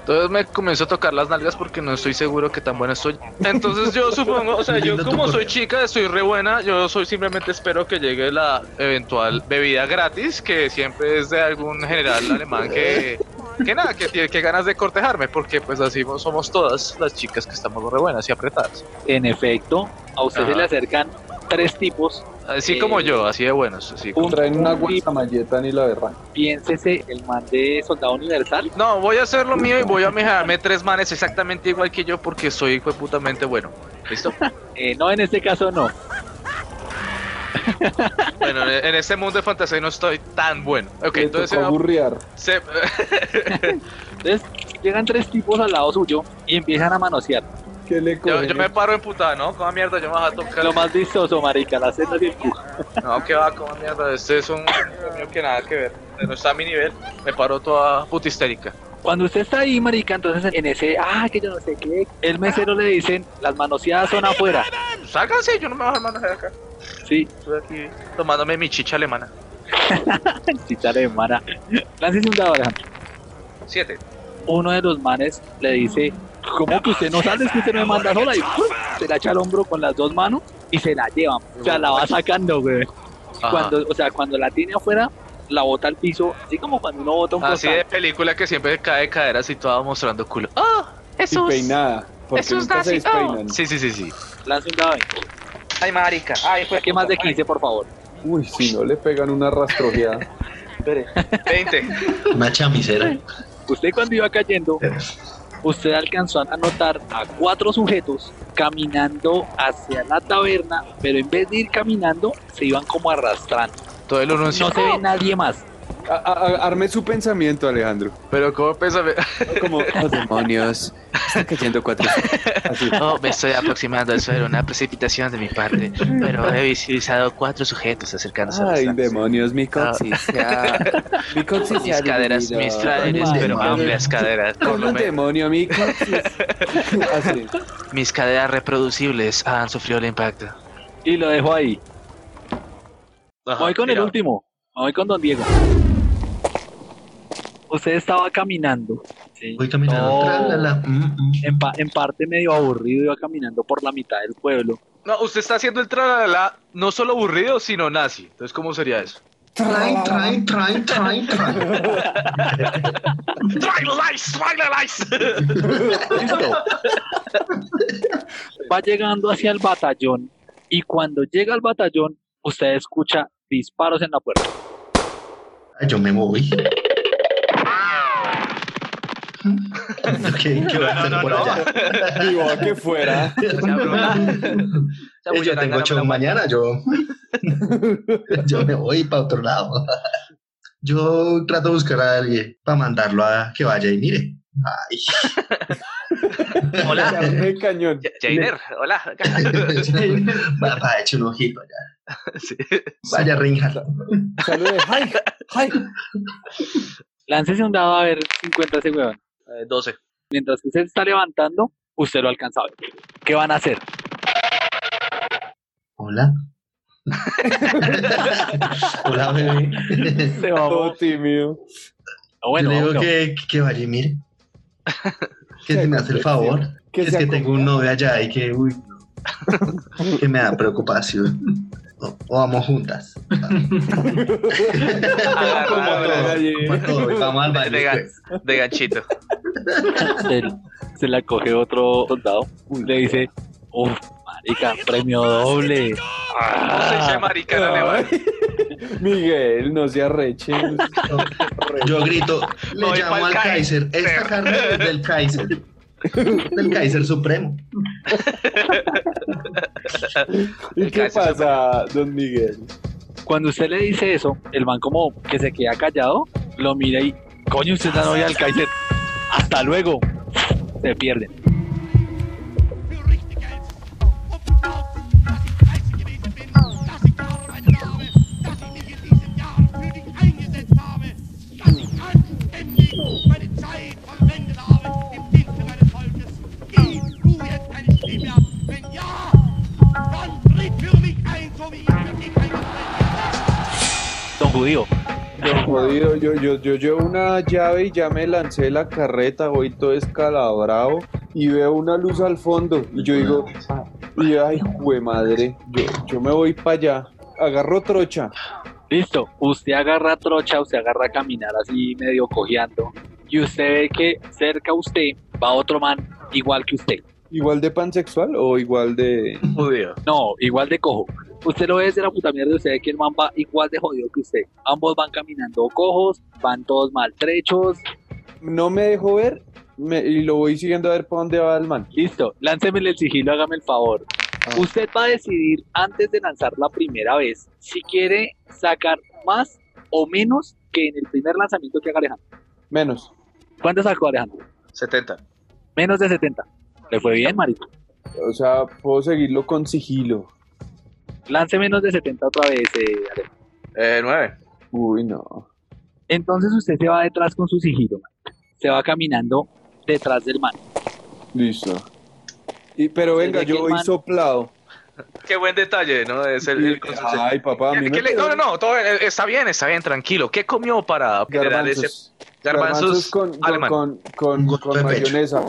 Speaker 4: Entonces me comenzó a tocar las nalgas porque no estoy seguro que tan buena soy. Entonces yo supongo, o sea, yo como soy chica, soy re buena, yo soy simplemente espero que llegue la eventual bebida gratis, que siempre es de algún general alemán que, que nada, que tiene que ganas de cortejarme, porque pues así somos todas las chicas que estamos re buenas y apretadas.
Speaker 5: En efecto, a usted se
Speaker 4: Ajá.
Speaker 5: le acercan tres tipos.
Speaker 4: Así
Speaker 5: Eh,
Speaker 4: como yo, así de buenos. Así como-
Speaker 5: Un-
Speaker 3: Traen una
Speaker 5: un tipo,
Speaker 3: guasamalleta ni la verdad.
Speaker 5: Piénsese el man de Soldado Universal.
Speaker 4: No, voy a hacer lo mío y voy a mejarme tres manes exactamente igual que yo porque soy hijo de putamente bueno. ¿Listo?
Speaker 5: Eh, no, en este caso no.
Speaker 4: Bueno, en en este mundo de fantasía no estoy tan bueno. Ok,
Speaker 3: Le
Speaker 4: entonces...
Speaker 3: tocó aburriar.
Speaker 4: se- eh,
Speaker 5: Entonces llegan tres tipos al lado suyo y empiezan a manosear.
Speaker 3: ¿Qué le
Speaker 4: Yo,
Speaker 3: cogen?
Speaker 4: yo me paro en putada, ¿no? Coma mierda, yo me voy a tocar.
Speaker 5: Lo más vistoso, marica, las setas y el culo.
Speaker 4: No, que va, coma mierda. Este es un mío que nada que ver. este No está a mi nivel. Me paro toda puta histérica.
Speaker 5: Cuando usted está ahí, marica, entonces en ese, ah, que yo no sé qué, el mesero le dicen, las manoseadas son afuera.
Speaker 4: Sálganse, yo no me voy a dejar manejar acá.
Speaker 5: Sí,
Speaker 4: Estoy aquí tomándome mi chicha alemana.
Speaker 5: chicha de mana. Láncese un dado, Alejandro.
Speaker 4: Siete.
Speaker 5: Uno de los manes le dice, ¿cómo que usted no sale? Es que usted no me manda sola. Y ¡pum! se la echa al hombro con las dos manos y se la lleva. O sea, la va sacando, güey.
Speaker 4: Ajá.
Speaker 5: Cuando, o sea, cuando la tiene afuera, la bota al piso, así como cuando uno bota un
Speaker 4: Así
Speaker 5: costal.
Speaker 4: de película que siempre cae de caderas y toda mostrando culo. ¡Ah!
Speaker 3: Y
Speaker 4: Jesús.
Speaker 3: peinada. Porque
Speaker 4: Jesús
Speaker 3: nunca se
Speaker 4: nazi. Oh.
Speaker 3: despeinan.
Speaker 4: Sí, sí, sí, sí.
Speaker 5: Lance un dado.
Speaker 4: Ay, marica. Ay, fue
Speaker 5: ¿Qué más de 15, por favor?
Speaker 3: Uy, si no le pegan una rastrojeada.
Speaker 4: 20.
Speaker 2: Una chamisera.
Speaker 5: Usted cuando iba cayendo, usted alcanzó a notar a cuatro sujetos caminando hacia la taberna, pero en vez de ir caminando, se iban como arrastrando.
Speaker 4: Todo el uno
Speaker 5: No se ve nadie más.
Speaker 3: A- a- a- Arme su pensamiento, Alejandro.
Speaker 4: Pero cómo pesa.
Speaker 3: Como, oh demonios, están cayendo cuatro. Así.
Speaker 4: Oh, me estoy aproximando al suelo, una precipitación de mi parte, pero he visualizado cuatro sujetos acercándose a
Speaker 3: Ay,
Speaker 4: las
Speaker 3: demonios, mi coxis. se ha- Mi coxis se
Speaker 4: mis
Speaker 3: ha
Speaker 4: Ah. caderas,
Speaker 3: dividido.
Speaker 4: mis trailers,
Speaker 5: Ay,
Speaker 4: pero
Speaker 5: madre.
Speaker 4: amplias caderas, por
Speaker 3: Con
Speaker 4: lo
Speaker 3: un
Speaker 4: menos.
Speaker 3: demonio, mi coxis. Así.
Speaker 4: Mis caderas reproducibles han sufrido el impacto.
Speaker 5: Y lo dejo ahí. Me
Speaker 2: Ah,
Speaker 5: voy con el
Speaker 4: Mira,
Speaker 5: último. Me voy con Don Diego. Usted estaba caminando. Sí.
Speaker 2: Voy caminando.
Speaker 5: No.
Speaker 2: tralala, mm, mm.
Speaker 5: En, pa- en parte medio aburrido, iba caminando por la mitad del pueblo.
Speaker 4: No, usted está haciendo el tralalá no solo aburrido, sino nazi. Entonces, ¿cómo sería eso?
Speaker 2: Train, train, train, train, train.
Speaker 4: ¡Trailalize! ¡Trailalize!
Speaker 5: va llegando hacia el batallón y cuando llega al batallón usted escucha disparos en la puerta.
Speaker 2: Ay, Ah, yo me moví. Ok, ¿qué va a hacer por allá?
Speaker 3: Digo, a que fuera.
Speaker 2: yo tengo show mañana, yo. yo me voy para otro lado. Yo trato de buscar a alguien para mandarlo a que vaya y mire. Ay,
Speaker 4: Hola,
Speaker 3: Arme cañón.
Speaker 4: Jainer, hola.
Speaker 2: va, va, eche un ojito allá.
Speaker 4: Sí.
Speaker 2: Vaya, Rinja.
Speaker 3: Salude. ¡Ay! ¡Ay!
Speaker 5: Láncese un dado a ver 50 ese huevón.
Speaker 4: Eh, 12.
Speaker 5: Mientras que usted está levantando, usted lo alcanza a ver. ¿Qué van a hacer?
Speaker 2: Hola. Hola, bebé.
Speaker 5: Se va a-
Speaker 3: Todo tímido.
Speaker 5: No, bueno,
Speaker 2: yo le digo
Speaker 5: vámonos.
Speaker 2: que, que vaya y mire. Que si me hace el favor.
Speaker 3: Que
Speaker 2: es
Speaker 3: se
Speaker 2: que
Speaker 3: acom-
Speaker 2: tengo un novio allá y que, uy, no. que me da preocupación. O, o vamos juntas.
Speaker 4: Agarrado,
Speaker 3: todo.
Speaker 4: agarrado.
Speaker 3: Allí.
Speaker 2: Como todo, y vamos al baile. pues.
Speaker 4: De
Speaker 2: después.
Speaker 4: gan- de ganchito.
Speaker 5: se, se la coge otro soldado. Le dice, uff, marica, premio doble. Ah,
Speaker 4: No
Speaker 2: Ah.
Speaker 4: sé si es marica, no le va.
Speaker 3: Ay. Miguel, no se arreche.
Speaker 2: Yo grito, le
Speaker 4: Voy
Speaker 2: llamo
Speaker 4: pa'l
Speaker 2: al Kaiser.
Speaker 4: Kaiser.
Speaker 2: Esta carne es del Kaiser. Del Kaiser Supremo.
Speaker 3: ¿Y qué
Speaker 4: Gracias,
Speaker 3: pasa, don Miguel?
Speaker 5: Cuando usted le dice eso, el man como que se queda callado, lo mira y, coño, usted es la novia del Kaiser. Hasta luego. Se pierden.
Speaker 7: Für richtig Geld. Ob drauf, dass ich fleißig gewesen bin, dass ich gearbeitet habe, dass ich mich in diesen Jahren für dich eingesetzt habe, dass ich anständig meine Zeit verwendet habe im Dienste meines Volkes. Gib du jetzt eine Stimme ab. Wenn ja, dann tritt für mich ein, so wie ich für dich eingetreten bin.
Speaker 5: Don Judío, le
Speaker 3: jodido. Yo, yo, yo llevo una llave y ya me lancé la carreta, voy todo escalabrado y veo una luz al fondo. Y yo digo, y ay, jue madre, yo, yo me voy para allá. Agarro trocha.
Speaker 5: Listo, usted agarra trocha, usted agarra a caminar así medio cojeando y usted ve que cerca a usted va otro man igual que usted.
Speaker 3: ¿Igual de pansexual o igual de.?
Speaker 4: Jodido.
Speaker 5: No, igual de cojo. Usted lo ve desde la puta mierda, usted ve que el man va igual de jodido que usted. Ambos van caminando cojos, van todos maltrechos.
Speaker 3: No me dejo ver me- y lo voy siguiendo a ver para dónde va el man.
Speaker 5: Listo, lánceme el sigilo, hágame el favor. Usted va a decidir antes de lanzar la primera vez si quiere sacar más o menos que en el primer lanzamiento que haga Alejandro.
Speaker 3: Menos.
Speaker 5: ¿Cuánto sacó Alejandro?
Speaker 4: 70.
Speaker 5: Menos de 70. Le fue bien, marico.
Speaker 3: O sea, puedo seguirlo con sigilo.
Speaker 5: Lance menos de 70 otra vez, eh, Alejandro.
Speaker 4: Eh, 9.
Speaker 3: Uy, no.
Speaker 5: Entonces usted se va detrás con su sigilo, man. Se va caminando detrás del man.
Speaker 3: Listo. Y, pero
Speaker 5: Desde
Speaker 3: venga,
Speaker 5: que el
Speaker 3: yo voy
Speaker 5: man-
Speaker 3: soplado.
Speaker 4: Qué buen detalle, ¿no? Es el, el concepto.
Speaker 3: Ay, papá, a mí
Speaker 4: ¿Qué-
Speaker 3: me
Speaker 4: qué le-
Speaker 3: quedó-
Speaker 4: no, no, no, todo bien, eh, está bien, está bien, tranquilo. ¿Qué comió para generar ese
Speaker 3: Garbanzos.
Speaker 4: garbanzos,
Speaker 3: con, con,
Speaker 4: alemán?
Speaker 3: con, con-
Speaker 2: Un golpe
Speaker 3: con
Speaker 2: de pecho.
Speaker 3: mayonesa.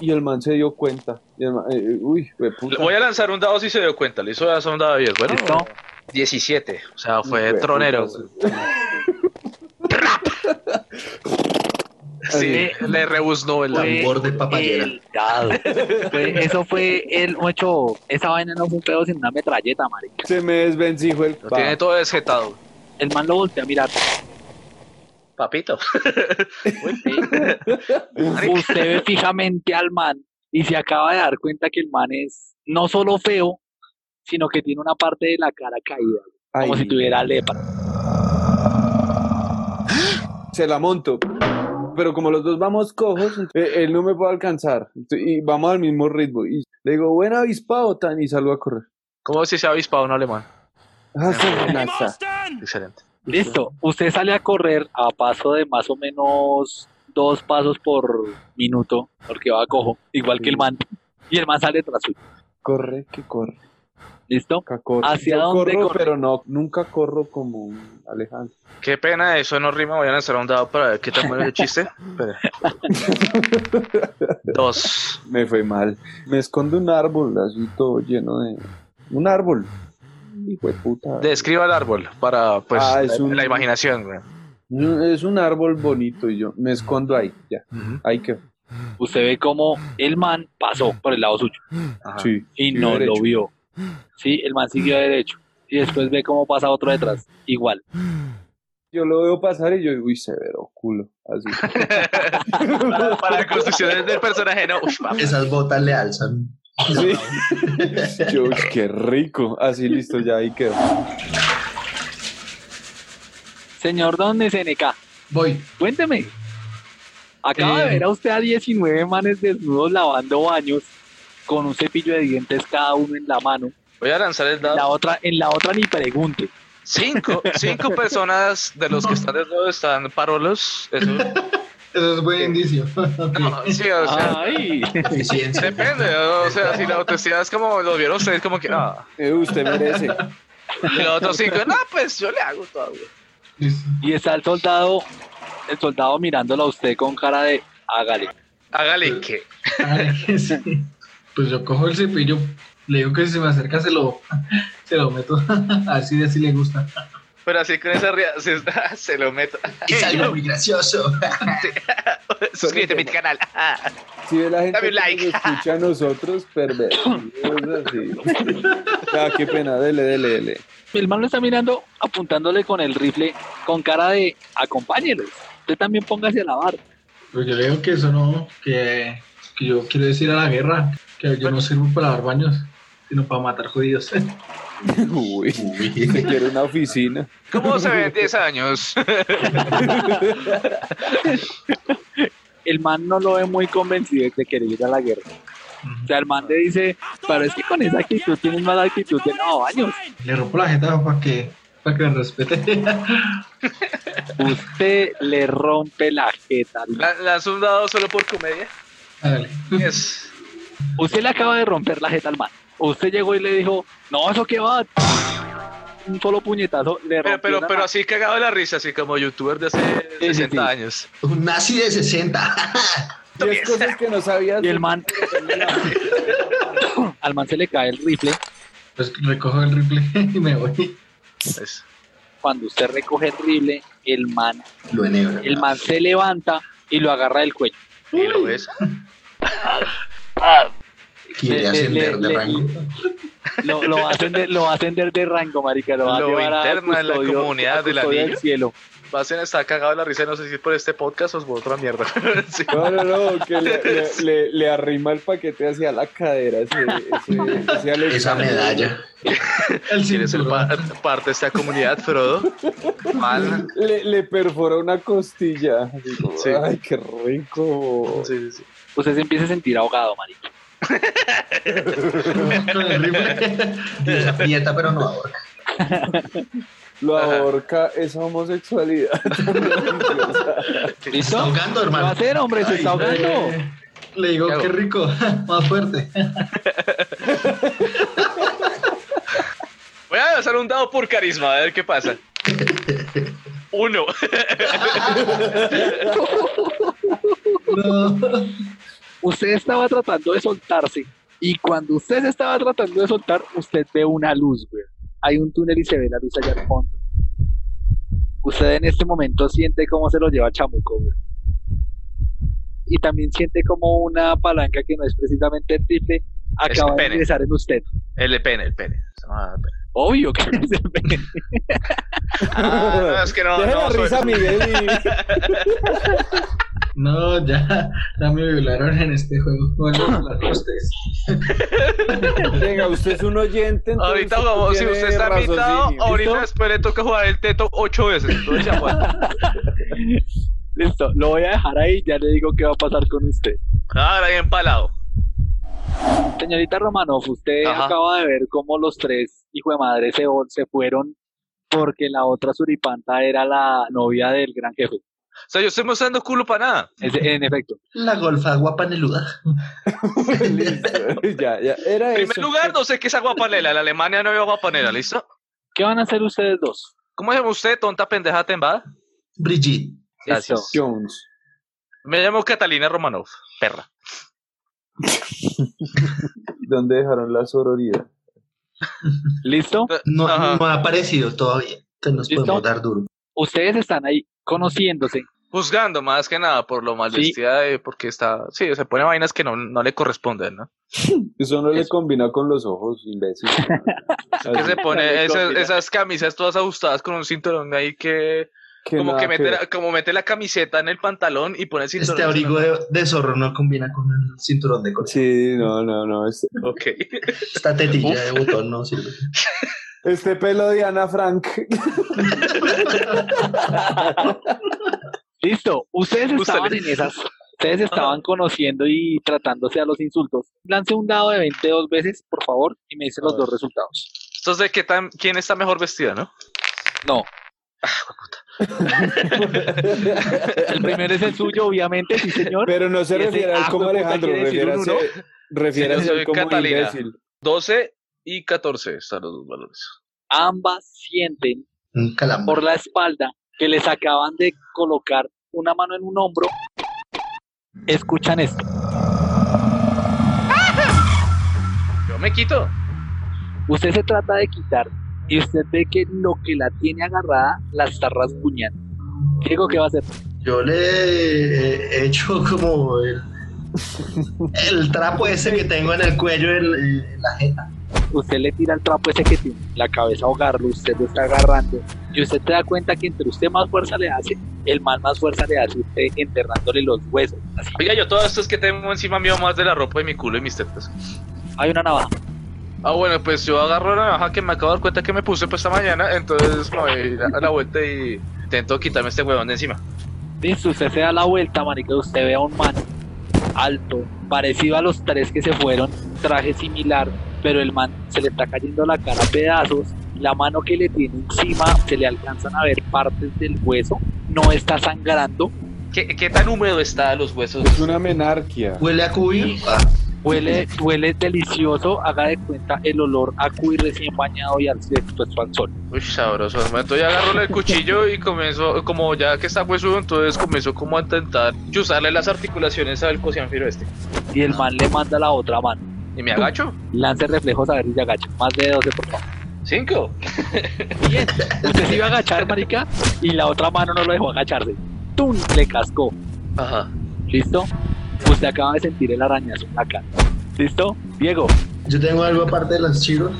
Speaker 3: Y el man se dio cuenta. Y el man- eh, uy, fue puta.
Speaker 4: Le Voy a lanzar un dado si se dio cuenta, le hizo lanzar un dado de 10. Bueno,
Speaker 5: ¿Listo?
Speaker 4: 17, o sea, fue
Speaker 3: Hijo de
Speaker 4: tronero.
Speaker 3: puta,
Speaker 4: Sí,
Speaker 5: Ay.
Speaker 4: le rebuznó el
Speaker 5: Fue
Speaker 2: tambor de papayera.
Speaker 5: el dado. Fue- eso fue el hecho. Esa vaina no fue un pedo, sino una metralleta, marica.
Speaker 3: Se me desvencijo el
Speaker 4: Lo tiene todo desjetado.
Speaker 5: El man lo voltea a mirar.
Speaker 4: Papito.
Speaker 5: Usted ve fijamente al man y se acaba de dar cuenta que el man es no solo feo, sino que tiene una parte de la cara caída,
Speaker 3: Ay,
Speaker 5: como si tuviera lepra.
Speaker 3: Se la monto. Pero como los dos vamos cojos, eh, él no me puede alcanzar. Y vamos al mismo ritmo. Y le digo, buen avispado, tan, y salgo a correr.
Speaker 4: ¿Cómo si se ha avispado un alemán?
Speaker 3: Ah, sí, nasa.
Speaker 4: Excelente.
Speaker 5: Listo, usted sale a correr a paso de más o menos dos pasos por minuto, porque va a cojo, igual que el man. Y el man sale tras suyo.
Speaker 3: Corre, que corre,
Speaker 5: ¿Listo?
Speaker 3: que corre.
Speaker 5: ¿Hacia
Speaker 3: Yo
Speaker 5: dónde
Speaker 3: corro,
Speaker 5: corre?
Speaker 3: pero no, nunca corro como un Alejandro.
Speaker 4: Qué pena, eso no rima. Voy a lanzar un dado para ver qué tan bueno es el chiste. Espera. Dos.
Speaker 3: Me fue mal. Me escondo un árbol, así todo lleno de. Un árbol. Hijo de puta.
Speaker 4: Describa el árbol para pues
Speaker 3: Ah, es
Speaker 4: la,
Speaker 3: un-
Speaker 4: la imaginación. güey.
Speaker 3: Es un árbol bonito y yo me escondo ahí, ya. Ahí que.
Speaker 5: Usted ve como el man pasó por el lado suyo.
Speaker 4: Ajá.
Speaker 3: Sí.
Speaker 5: y
Speaker 3: Siguió
Speaker 5: no lo
Speaker 3: derecho.
Speaker 5: vio. Sí, el man siguió derecho. Y después ve cómo pasa otro detrás. Igual.
Speaker 3: Yo lo veo pasar y yo digo, uy, severo culo. Así.
Speaker 4: Para, para la construcción del personaje, no. Ush, papá.
Speaker 2: Esas botas le alzan.
Speaker 3: Sí. Yo, uy, qué rico. Así listo, ya ahí quedó.
Speaker 5: Señor Don SNK,
Speaker 2: Voy.
Speaker 5: cuénteme. Acaba
Speaker 2: Eh.
Speaker 5: de ver a usted a 19 manes desnudos lavando baños con un cepillo de dientes cada uno en la mano.
Speaker 4: Voy a lanzar el
Speaker 5: En la
Speaker 4: dado.
Speaker 5: otra, en la otra ni pregunte.
Speaker 4: Cinco, cinco personas de los que están desnudos están parolos. Eso.
Speaker 6: Eso es buen indicio.
Speaker 4: No, sí, o sea,
Speaker 5: Ay,
Speaker 3: Ah.
Speaker 2: Eficiencia.
Speaker 4: depende. O sea, si la autoestima es como lo vieron ustedes, como que ah.
Speaker 3: Eh, usted merece.
Speaker 4: Y los otros cinco, no, pues yo le hago todo. güey.
Speaker 6: Listo.
Speaker 5: y está el soldado, el soldado mirándolo a usted con cara de hágale.
Speaker 4: Hágale que.
Speaker 6: Dale, que sí. Pues yo cojo el cepillo, le digo que si se me acerca se lo, se lo meto. A ver si así le gusta.
Speaker 4: Pero así con esa ría, se, se lo meto.
Speaker 6: Eh,
Speaker 2: Es algo muy gracioso.
Speaker 4: Suscríbete a mi canal.
Speaker 3: Si ve la gente
Speaker 4: Dame un like.
Speaker 3: que nos escucha a nosotros, pervertidos así. Ah, qué pena, dele, dele, dele.
Speaker 5: El man lo está mirando apuntándole con el rifle con cara de acompáñelos. Usted también póngase a lavar.
Speaker 6: Pero yo le digo que eso no, que, que yo quiero decir a la guerra, que yo no sirvo para dar baños, sino para matar judíos.
Speaker 3: Uy, se quiere una oficina.
Speaker 4: ¿Cómo se ven 10 años?
Speaker 5: El man no lo ve muy convencido de querer ir a la guerra. O sea, el man le dice, pero es que con esa actitud tienes mala actitud de no años.
Speaker 6: Le rompo la jeta para que, para que me respete.
Speaker 5: Usted le rompe la jeta.
Speaker 4: La- Lanzo un dado solo por comedia.
Speaker 6: Hágale.
Speaker 4: Yes.
Speaker 5: Usted le acaba de romper la jeta al man. Usted llegó y le dijo, no, eso que va. un solo puñetazo le
Speaker 4: Pero, pero,
Speaker 5: rompió
Speaker 4: pero
Speaker 5: la-
Speaker 4: así cagado de la risa, así como youtuber de hace
Speaker 5: sí,
Speaker 4: 60
Speaker 5: sí.
Speaker 4: años.
Speaker 2: Un nazi de 60.
Speaker 3: Diez cosas que no sabías.
Speaker 5: Y el man. al man se le cae el rifle.
Speaker 6: Pues recojo el rifle y me voy.
Speaker 4: Es-
Speaker 5: Cuando usted recoge el rifle, el man,
Speaker 2: Lo enebra.
Speaker 5: el man se levanta y lo agarra del cuello.
Speaker 4: y lo ves.
Speaker 2: Quiere
Speaker 5: le-
Speaker 2: ascender
Speaker 5: le-
Speaker 2: de
Speaker 5: le-
Speaker 2: rango.
Speaker 5: Lo, lo va a ascender, lo va a ascender de rango, marica. Lo, va a
Speaker 4: Lo
Speaker 5: llevar a
Speaker 4: interna en la
Speaker 5: custodio-
Speaker 4: comunidad
Speaker 5: a
Speaker 4: del
Speaker 5: custodia
Speaker 4: anillo.
Speaker 5: cielo.
Speaker 4: Pasen está cagado de la risa, no sé si por este podcast os voy otra mierda. Sí.
Speaker 3: No, no, no, que le, le- le- le arrima el paquete hacia la cadera. ese- ese- ese Alexander.
Speaker 2: Esa medalla.
Speaker 6: El
Speaker 4: ¿Quieres ser
Speaker 6: cinturón.
Speaker 4: pa- parte de esta comunidad, Frodo? Mal.
Speaker 3: Le, le perfora una costilla. así como,
Speaker 4: Sí.
Speaker 3: Ay, qué rico.
Speaker 4: Sí, sí, sí.
Speaker 5: Usted se empieza a sentir ahogado, marica.
Speaker 6: Con el rifle.
Speaker 2: Dios aprieta, pero no ahora.
Speaker 3: Lo
Speaker 4: Ajá.
Speaker 3: ahorca esa homosexualidad.
Speaker 2: Se está
Speaker 5: ¿Listo?
Speaker 2: ahogando,
Speaker 5: ¿Qué va a
Speaker 2: hermano.
Speaker 5: hacer, hombre? Se está ahogando.
Speaker 6: Eh, Le digo,
Speaker 4: ¿Qué hago?
Speaker 6: qué rico, más fuerte.
Speaker 4: Voy a lanzar un dado por carisma, a ver qué pasa. Uno.
Speaker 6: No.
Speaker 5: usted estaba tratando de soltarse y cuando usted se estaba tratando de soltar, usted ve una luz, güey. Hay un túnel y se ve la luz allá al fondo. Usted en este momento siente cómo se lo lleva Chamuco, güey. Y también siente como una palanca que no es precisamente el rifle
Speaker 4: Es
Speaker 5: acaba
Speaker 4: el
Speaker 5: de
Speaker 4: pene.
Speaker 5: ingresar en usted.
Speaker 4: El pene, el pene. Ah,
Speaker 5: Obvio que es el pene.
Speaker 4: Ah, no, es que no.
Speaker 3: Deja
Speaker 4: no,
Speaker 3: la
Speaker 4: soy-
Speaker 3: risa, Miguel.
Speaker 6: No, ya, ya me violaron en este juego. Vuelvo a hablar con ustedes.
Speaker 3: y- Venga, usted es un oyente. entonces
Speaker 4: Ahorita jugamos, si
Speaker 3: tiene
Speaker 4: usted está invitado,
Speaker 3: raciocinio.
Speaker 4: ahorita
Speaker 3: ¿Listo?
Speaker 4: después le toca jugar el teto ocho veces. Entonces ya bueno.
Speaker 5: Listo, lo voy a dejar ahí, ya le digo qué va a pasar con usted.
Speaker 4: Ahora bien palado.
Speaker 5: Señorita Romanov, usted
Speaker 4: Ajá.
Speaker 5: acaba de ver cómo los tres hijos de madre se, vol- se fueron porque la otra suripanta era la novia del gran jefe.
Speaker 4: O sea, yo estoy mostrando culo para nada.
Speaker 5: Es- en efecto.
Speaker 2: La golfa guapaneluda.
Speaker 3: Listo. Ya, ya. Era
Speaker 4: En
Speaker 3: eso.
Speaker 4: primer lugar, no sé qué es aguapanela. La Alemania no había aguapanela, ¿listo?
Speaker 5: ¿Qué van a hacer ustedes dos?
Speaker 4: ¿Cómo se llama usted, tonta pendeja tembada?
Speaker 2: Brigitte.
Speaker 5: Listo.
Speaker 4: Gracias.
Speaker 3: Jones.
Speaker 4: Me llamo Catalina Romanov, perra.
Speaker 3: ¿Dónde dejaron la sororidad?
Speaker 5: ¿Listo?
Speaker 2: No,
Speaker 4: Eh, Ajá.
Speaker 2: no ha aparecido todavía. Entonces nos
Speaker 5: ¿Listo?
Speaker 2: podemos dar duro.
Speaker 5: Ustedes están ahí conociéndose.
Speaker 4: Juzgando más que nada por lo mal
Speaker 5: Sí.
Speaker 4: vestida, eh, porque está. Sí, se pone vainas que no, no le corresponden, ¿no?
Speaker 3: Eso no le
Speaker 4: Eso.
Speaker 3: combina con los ojos, imbécil.
Speaker 4: Que
Speaker 3: Así
Speaker 4: se pone
Speaker 5: le
Speaker 4: esas,
Speaker 5: combina.
Speaker 4: esas camisas todas ajustadas con un cinturón ahí que.
Speaker 3: que
Speaker 4: como
Speaker 3: nada
Speaker 4: que mete,
Speaker 3: ver.
Speaker 4: la, como mete la camiseta en el pantalón y pone el cinturón.
Speaker 2: Este abrigo de, de zorro no combina con el cinturón de coche.
Speaker 3: Sí, no, no, no. Este,
Speaker 4: Ok.
Speaker 2: Esta tetilla de botón no sirve.
Speaker 3: este pelo de Ana Frank.
Speaker 5: Listo. Ustedes estaban
Speaker 4: Úsale.
Speaker 5: en esas. Ustedes estaban conociendo y tratándose a los insultos. Lance un dado de 22 veces, por favor, y me dicen los
Speaker 3: A
Speaker 5: dos
Speaker 3: ver.
Speaker 5: resultados.
Speaker 4: Esto es de qué tan, quién está mejor vestida, ¿no?
Speaker 5: No. El primero es el suyo, obviamente, sí, señor.
Speaker 3: Pero no se
Speaker 5: Y ese,
Speaker 3: refiere
Speaker 5: ah,
Speaker 3: al como
Speaker 5: hueputa,
Speaker 3: Alejandro,
Speaker 5: quiere decir
Speaker 3: refiere a
Speaker 5: uno,
Speaker 3: ser, refiere
Speaker 4: Sí,
Speaker 3: a
Speaker 4: yo
Speaker 3: ser
Speaker 4: soy
Speaker 3: como
Speaker 4: Catalina.
Speaker 3: imbécil.
Speaker 4: 12 y 14 están los dos valores.
Speaker 5: Ambas sienten
Speaker 2: Un calambre.
Speaker 5: por la espalda que les acaban de colocar una mano en un hombro. Escuchan esto.
Speaker 4: Yo me quito.
Speaker 5: Usted se trata de quitar y usted ve que lo que la tiene agarrada la está rasguñando. Diego, ¿qué va a hacer?
Speaker 2: Yo le he hecho como el, el trapo ese que tengo en el cuello en, en la jeta.
Speaker 5: Usted le tira el trapo ese que tiene en la cabeza a ahogarlo, usted lo está agarrando y usted te da cuenta que entre usted más fuerza le hace, el mal más fuerza le hace usted enterrándole los huesos. Así.
Speaker 4: Oiga, yo todas estas que tengo encima mío más de la ropa y mi culo y mis tetas.
Speaker 5: Hay una navaja.
Speaker 4: Ah, bueno, pues yo agarro la navaja que me acabo de dar cuenta que me puse pues esta mañana, entonces me voy a la vuelta y intento quitarme este huevón de encima.
Speaker 5: Listo, usted se da la vuelta, marica, usted ve a un man alto, parecido a los tres que se fueron, traje similar, pero el man se le está cayendo la cara a pedazos, la mano que le tiene encima, se le alcanzan a ver partes del hueso, no está sangrando,
Speaker 4: ¿Qué, qué tan húmedo está los huesos?
Speaker 3: Es una menarquia.
Speaker 2: Huele a cubio. Ah,
Speaker 5: Huele, huele delicioso, haga de cuenta el olor a cuy recién bañado y al expuesto al sol.
Speaker 4: Uy, sabroso. Entonces agarró el cuchillo y comenzó, como ya que está huesudo, entonces comenzó como a intentar chuzarle las articulaciones al cocianfiro este.
Speaker 5: Y el man le manda la otra mano.
Speaker 4: Y me agacho.
Speaker 5: Lance reflejos a ver si se agacha. Más de 12, por favor.
Speaker 4: Cinco.
Speaker 5: Bien. Usted se iba a agachar, marica, y la otra mano no lo dejó agacharse. ¡Tum! Le cascó.
Speaker 4: Ajá.
Speaker 5: ¿Listo? Usted acaba de sentir el arañazo en la cara. ¿Listo? Diego,
Speaker 2: Yo tengo algo aparte de las chiros.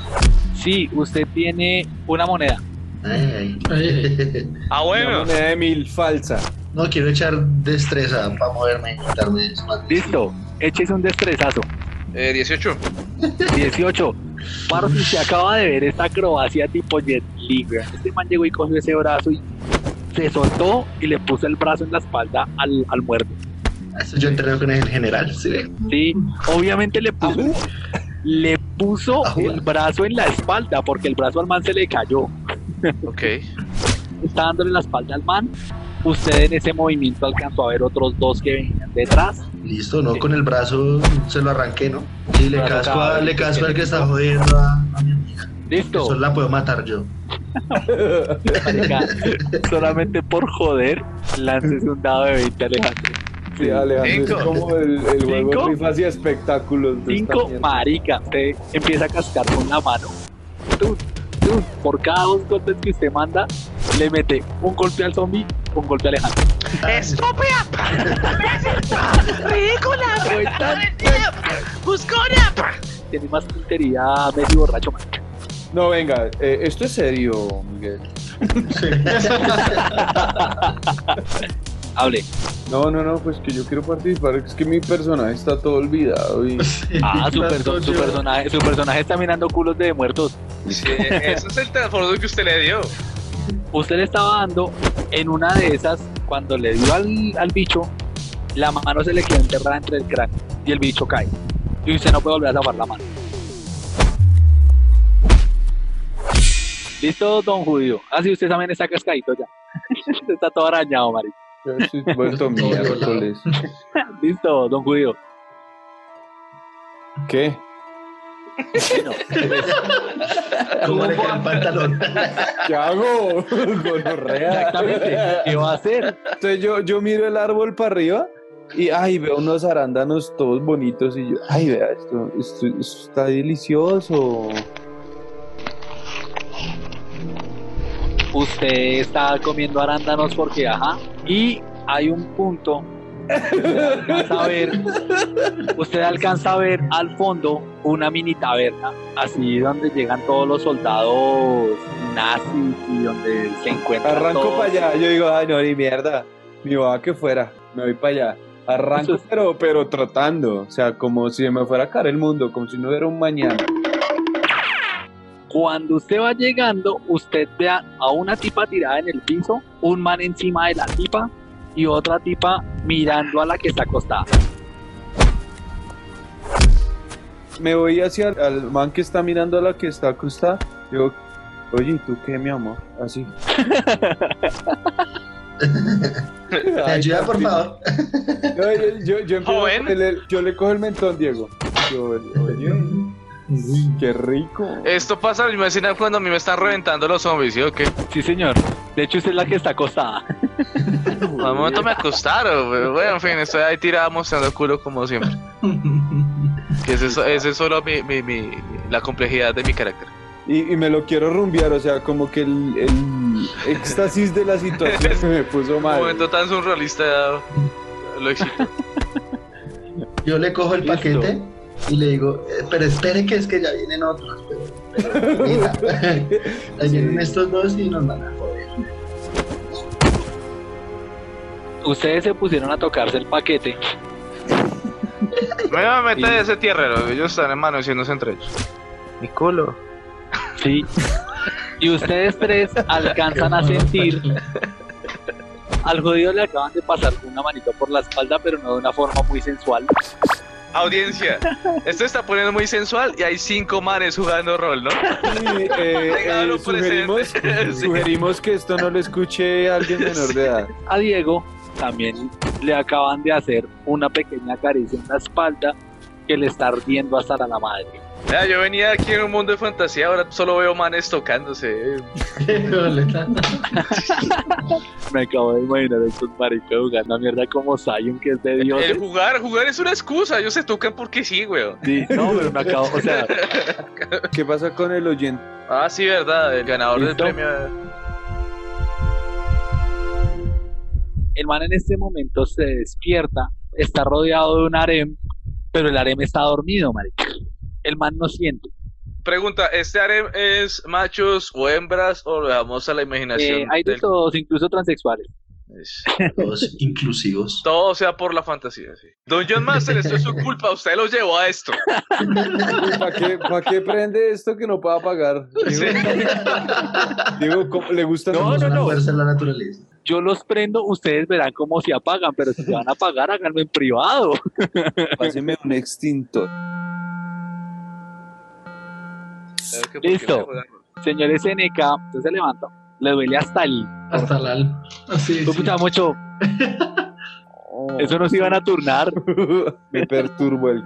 Speaker 5: sí, usted tiene una moneda.
Speaker 2: Ay, ay.
Speaker 4: Ah,
Speaker 3: Una
Speaker 4: bueno.
Speaker 3: moneda de mil falsa.
Speaker 2: No, quiero echar destreza para moverme y quitarme de esmalte.
Speaker 5: Listo. Échese un destrezazo.
Speaker 4: Eh, 18.
Speaker 5: 18. Paro, si se acaba de ver esta acrobacia tipo Jet Li, weón. Este man llegó y cogió ese brazo y se soltó y le puso el brazo en la espalda al, al muerto.
Speaker 2: Eso yo entreno con el general, ¿sí ve?
Speaker 5: Sí, obviamente le puso, le puso
Speaker 2: Ajú.
Speaker 5: el brazo en la espalda porque el brazo al man se le cayó.
Speaker 4: Ok.
Speaker 5: Está dándole la espalda al man. Usted en ese movimiento alcanzó a ver otros dos que venían detrás.
Speaker 2: Listo, ¿no? Con el brazo se lo arranqué, ¿no? Y le
Speaker 5: Brazo
Speaker 2: casco, a-
Speaker 5: cabrón,
Speaker 2: le
Speaker 5: que
Speaker 2: casco al
Speaker 5: tiene
Speaker 2: que está jodiendo a, a mi amiga.
Speaker 5: Listo.
Speaker 2: Eso la puedo matar yo.
Speaker 5: marica, solamente por joder, lances un dado de 20, Alejandro.
Speaker 3: Sí, Alejandro,
Speaker 4: Cinco.
Speaker 3: es como el, el
Speaker 5: Cinco.
Speaker 3: juego rifa hacia espectáculos. de esta
Speaker 5: 5,
Speaker 3: mierda.
Speaker 5: marica. Usted empieza a cascar con la mano. Tun, tun. Por cada dos golpes que usted manda, le mete un golpe al zombie, un golpe a Alejandro.
Speaker 7: ¡Estúpida! ¡Ridícula! ¡Aborrecida! ¡Buscona!
Speaker 5: Tiene más puntería medio borracho, man.
Speaker 3: No, venga, eh, esto es serio, Miguel.
Speaker 5: Hable.
Speaker 3: No, no, no, pues que yo quiero participar. Es que mi personaje está todo olvidado y.
Speaker 5: Ah, su,
Speaker 6: Tanto
Speaker 5: perso- su
Speaker 6: yo-
Speaker 5: personaje, su personaje está mirando culos de muertos.
Speaker 4: Sí, ese es el transformador que usted le dio.
Speaker 5: Usted le estaba dando en una de esas, cuando le dio al, al bicho, la mano se le quedó enterrada entre el cráneo y el bicho cae. Y usted no puede volver a tapar la mano. Listo, don Judío. Ah, sí, usted también está cascadito ya. Usted está todo arañado, Mari.
Speaker 3: Yo estoy vuelto
Speaker 2: Todo olvidado.
Speaker 3: miércoles.
Speaker 5: Listo, don Judío.
Speaker 3: ¿Qué?
Speaker 5: Bueno,
Speaker 2: ¿Cómo le queda el pantalón?
Speaker 3: ¿Qué hago? Gonorrea.
Speaker 5: exactamente. ¿Qué va a hacer?
Speaker 3: Entonces yo, yo miro el árbol para arriba y ay, veo unos arándanos todos bonitos y yo, ay, vea, esto, esto, esto está delicioso.
Speaker 5: Usted está comiendo arándanos porque, ajá. Y hay un punto alcanza a ver, usted alcanza a ver al fondo una mini taberna, así donde llegan todos los soldados nazis y donde se encuentran
Speaker 3: Arranco
Speaker 5: todos.
Speaker 3: para allá, yo digo, ay, no, ni mierda, mi va que fuera, me voy para allá. Arranco,
Speaker 5: Eso-
Speaker 3: pero, pero trotando, o sea, como si me fuera a caer el mundo, como si no hubiera un mañana.
Speaker 5: Cuando usted va llegando, usted ve a, a una tipa tirada en el piso, un man encima de la tipa y otra tipa mirando a la que está acostada.
Speaker 3: Me voy hacia el al man que está mirando a la que está acostada, digo, oye, ¿y ¿tú qué, mi amor? Así.
Speaker 2: ¿Me ayuda, por favor?
Speaker 3: No, yo, yo, yo, empiezo
Speaker 4: Joven.
Speaker 3: a ponerle- yo le cojo el mentón, Diego. Yo, oye, qué rico.
Speaker 4: Esto pasa en la misma escena cuando a mí me están reventando los zombies, ¿sí o qué?
Speaker 5: Sí, señor. De hecho, usted es la que está acostada.
Speaker 4: Al momento me acostaron, pero bueno, en fin, estoy ahí tirado mostrando culo como siempre. Que ese, es- ese es solo mi, mi- mi- la complejidad de mi carácter.
Speaker 3: Y, y me lo quiero rumbear, o sea, como que el, el éxtasis de la situación se me puso
Speaker 4: Un
Speaker 3: mal.
Speaker 4: momento tan surrealista lo exito.
Speaker 2: Yo le cojo el
Speaker 5: Listo.
Speaker 2: paquete y le digo, "Eh, pero espere que es que ya vienen otros. Pero, pero, mira, ahí vienen estos dos y nos van a joder.
Speaker 5: Ustedes se pusieron a tocarse el paquete.
Speaker 4: Me voy a meter
Speaker 3: Sí.
Speaker 4: ese tierrero, ellos están hermanociéndose entre ellos. Mi culo.
Speaker 5: Sí. Y ustedes tres alcanzan a sentir Al jodido le acaban de pasar una manito por la espalda, pero no de una forma muy sensual.
Speaker 4: Audiencia, esto está poniendo muy sensual y hay cinco manes jugando rol, ¿no?
Speaker 3: Y, eh, eh,
Speaker 4: lo
Speaker 3: sugerimos,
Speaker 4: presente. Sí.
Speaker 3: sugerimos que esto no lo escuche a alguien menor de edad.
Speaker 5: A Diego también le acaban de hacer una pequeña caricia en la espalda que le está ardiendo hasta la madre.
Speaker 4: Ya, yo venía aquí en un mundo de fantasía, ahora solo veo manes tocándose. eh.
Speaker 5: Me acabo de imaginar a estos maricos jugando a mierda como Zion, que es de Dios.
Speaker 4: El jugar, jugar es una excusa, ellos se tocan porque sí, weón.
Speaker 5: Sí, no, pero me acabo, o sea,
Speaker 3: ¿Qué pasa con el oyente?
Speaker 4: Ah, sí, verdad, el ganador del
Speaker 5: ¿Listo?
Speaker 4: premio.
Speaker 5: el man en este momento se despierta, está rodeado de un harem, pero el harem está dormido, marica. El man no siente.
Speaker 4: Pregunta, ¿este harem es machos o hembras o lo dejamos a la imaginación?
Speaker 5: Eh, hay de
Speaker 4: del-
Speaker 5: todos, incluso transexuales.
Speaker 4: Es-
Speaker 2: Todos inclusivos.
Speaker 4: Todo sea por la fantasía, sí. Don John Master, esto es su culpa, usted los llevó a esto.
Speaker 3: ¿Para qué, pa' qué prende esto que no pueda pagar?
Speaker 4: Sí.
Speaker 3: Digo, digo, ¿cómo- ¿le gustan
Speaker 5: No,
Speaker 2: Somos
Speaker 5: no,
Speaker 2: una
Speaker 5: no.
Speaker 2: fuerza en la naturaleza.
Speaker 5: Yo los prendo, ustedes verán cómo se apagan, pero si se van a apagar, háganlo en privado.
Speaker 3: Páseme un extintor.
Speaker 5: Listo. Señores SNK, usted se levanta, le duele hasta el...
Speaker 6: Hasta la alma. Así
Speaker 5: Tú
Speaker 6: es.
Speaker 5: puta mucho, eso nos iban a turnar.
Speaker 3: Me perturbo el.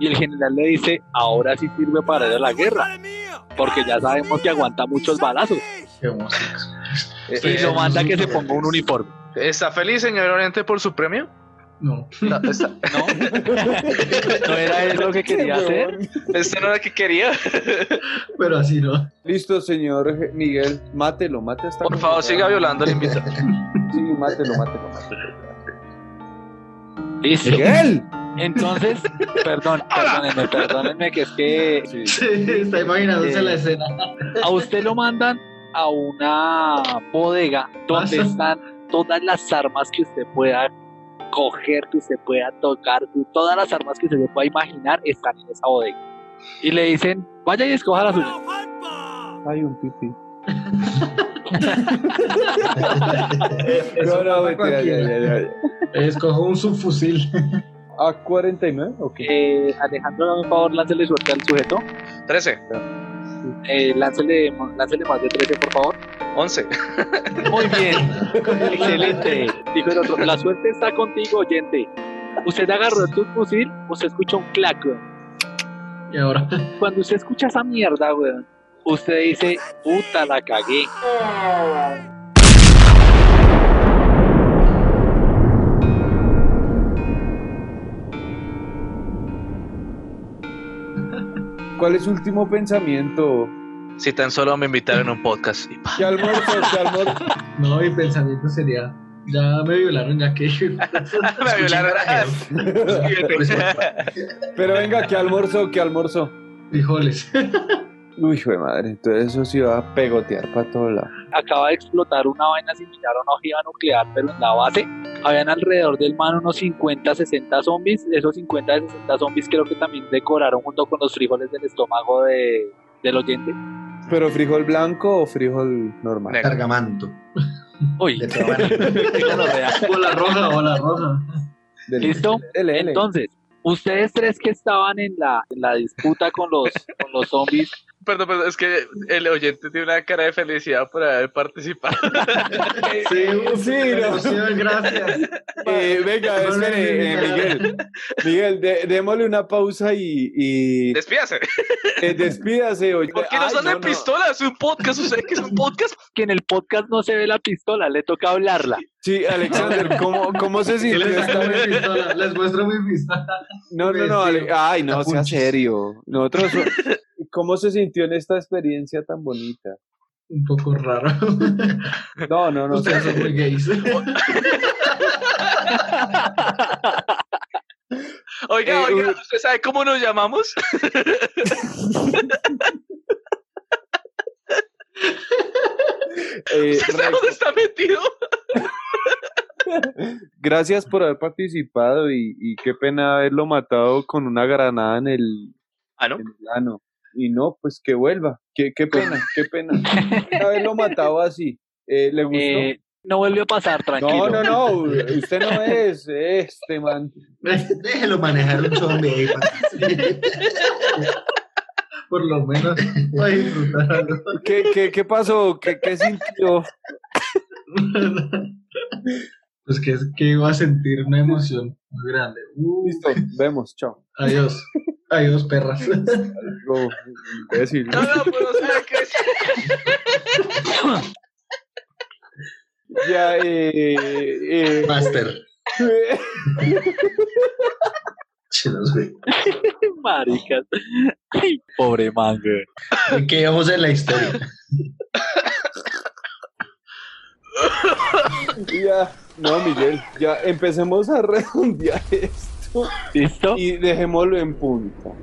Speaker 5: Y el general le dice, ahora sí sirve para ir a la guerra, porque ya sabemos que aguanta muchos balazos.
Speaker 4: Eh,
Speaker 5: Y lo manda a que se ponga un uniforme.
Speaker 4: ¿Está feliz, señor Oriente, por su premio?
Speaker 6: No.
Speaker 4: No, está-
Speaker 5: No, no era eso lo que quería hacer.
Speaker 4: este no era que quería.
Speaker 6: Pero así no.
Speaker 3: Listo, señor Miguel. Mátelo, mate hasta.
Speaker 4: Por favor, siga violando al invitado.
Speaker 3: Sí, mátelo, mátelo, mátelo.
Speaker 5: Listo.
Speaker 3: ¡Miguel!
Speaker 5: Entonces, perdón, perdónenme, perdónenme, que es que
Speaker 3: Sí.
Speaker 6: Sí, está imaginándose la escena.
Speaker 5: a usted lo mandan a una bodega donde
Speaker 6: Pasa.
Speaker 5: están todas las armas que usted pueda coger, que usted pueda tocar, que todas las armas que usted se pueda imaginar están en esa bodega. Y le dicen, vaya y escoja la suya.
Speaker 3: Hay un pipi.
Speaker 6: Eso
Speaker 3: No, no,
Speaker 6: pasa
Speaker 3: mentira, ya,
Speaker 6: cualquiera.
Speaker 3: ya, ya, ya.
Speaker 6: Escojo un subfusil.
Speaker 3: ¿A49? Ok.
Speaker 5: Eh, Alejandro, dame un favor, láncele suerte al sujeto.
Speaker 4: 13,
Speaker 5: Eh, láncele, láncele más de 13, por favor.
Speaker 4: 11.
Speaker 5: Muy bien, excelente. Dijo el otro, la suerte está contigo, oyente. Usted agarró tu fusil, usted escucha un clac, weón.
Speaker 6: Y ahora.
Speaker 5: Cuando usted escucha esa mierda, weón, usted dice, puta, la cagué.
Speaker 3: ¿Cuál es su último pensamiento?
Speaker 4: Si tan solo me invitaron a un podcast. y pa.
Speaker 3: ¿Qué almuerzo? ¿Qué almuerzo?
Speaker 6: No, mi pensamiento sería. Ya me violaron, ya que.
Speaker 4: Me violaron.
Speaker 6: pues,
Speaker 4: Suscríbete.
Speaker 3: Pero venga, ¿qué almuerzo? ¿Qué almuerzo?
Speaker 6: Frijoles.
Speaker 3: Uy, hijo de madre. Entonces eso sí va a pegotear para todo lado.
Speaker 5: Acaba de explotar una vaina similar a una ojiva nuclear, pero en la base habían alrededor del man unos 50, 60 zombies. Esos 50, de 60 zombies creo que también decoraron junto con los frijoles del estómago de, del oyente.
Speaker 3: ¿Pero frijol blanco o frijol normal?
Speaker 4: Negro.
Speaker 2: Cargamanto.
Speaker 5: Uy,
Speaker 2: De trabajo.
Speaker 5: qué gonorrea.
Speaker 6: O la roja, o la roja.
Speaker 3: Del-
Speaker 5: ¿Listo?
Speaker 3: del L.
Speaker 5: Entonces, ustedes tres que estaban en la, en la disputa con los, con los zombies,
Speaker 4: Perdón, perdón, es que el oyente tiene una cara de felicidad por haber participado.
Speaker 6: Sí, uf,
Speaker 3: Sí,
Speaker 6: qué
Speaker 3: no.
Speaker 6: emoción, gracias.
Speaker 3: Eh, venga,
Speaker 6: No le
Speaker 3: espere, eh,
Speaker 6: digas.
Speaker 3: Miguel. Miguel, de- démosle una pausa y, y
Speaker 4: Despídase.
Speaker 3: eh, despídase. oye.
Speaker 4: ¿Por qué no
Speaker 3: Ay,
Speaker 4: sale
Speaker 3: no.
Speaker 4: pistola? Es un podcast, usted que es un podcast.
Speaker 5: que en el podcast no se ve la pistola, le toca hablarla.
Speaker 3: Sí, Alexander, ¿cómo, cómo se
Speaker 6: Yo
Speaker 3: sintió
Speaker 6: les
Speaker 3: esta
Speaker 6: saco mi
Speaker 3: vez?
Speaker 6: pistola, les muestro mi pistola.
Speaker 3: No, no, no, Ale- ay, no, sea serio. Nosotros, ¿cómo se sintió en esta experiencia tan bonita?
Speaker 6: Un poco raro.
Speaker 3: No, no, no, sea
Speaker 6: Ustedes son
Speaker 3: serio.
Speaker 6: muy gays.
Speaker 4: Oiga,
Speaker 3: Eh,
Speaker 4: oiga,
Speaker 3: uy.
Speaker 4: ¿usted sabe cómo nos llamamos?
Speaker 3: Eh,
Speaker 4: ¿Usted sabe dónde está metido?
Speaker 3: gracias por haber participado y, y qué pena haberlo matado con una granada en el,
Speaker 4: Ah, no.
Speaker 3: en el ano. Y no, pues que vuelva. Qué, qué pena, qué pena. Haberlo matado así. Eh, ¿Le gustó?
Speaker 5: Eh, no vuelve a pasar, tranquilo.
Speaker 3: No, no, no, usted no es este man.
Speaker 2: Déjelo manejar un zombie ahí. pa.
Speaker 6: Por lo menos voy a disfrutar algo.
Speaker 3: ¿Qué, qué, qué pasó? ¿Qué, qué sintió?
Speaker 6: Pues que, que iba a sentir una emoción muy grande. Uh,
Speaker 3: Listo, vemos, chao.
Speaker 6: adiós. Adiós, perras.
Speaker 3: Algo imbécil.
Speaker 4: No, pues no, pero o sea, que
Speaker 3: Ya, eh, eh,
Speaker 2: Master. Chelos, güey.
Speaker 5: Maricas. Ay, pobre man, güey.
Speaker 2: ¿En qué íbamos en la historia?
Speaker 3: ya. No, Miguel, ya empecemos a redondear esto
Speaker 5: ¿Listo?
Speaker 3: y dejémoslo en punto.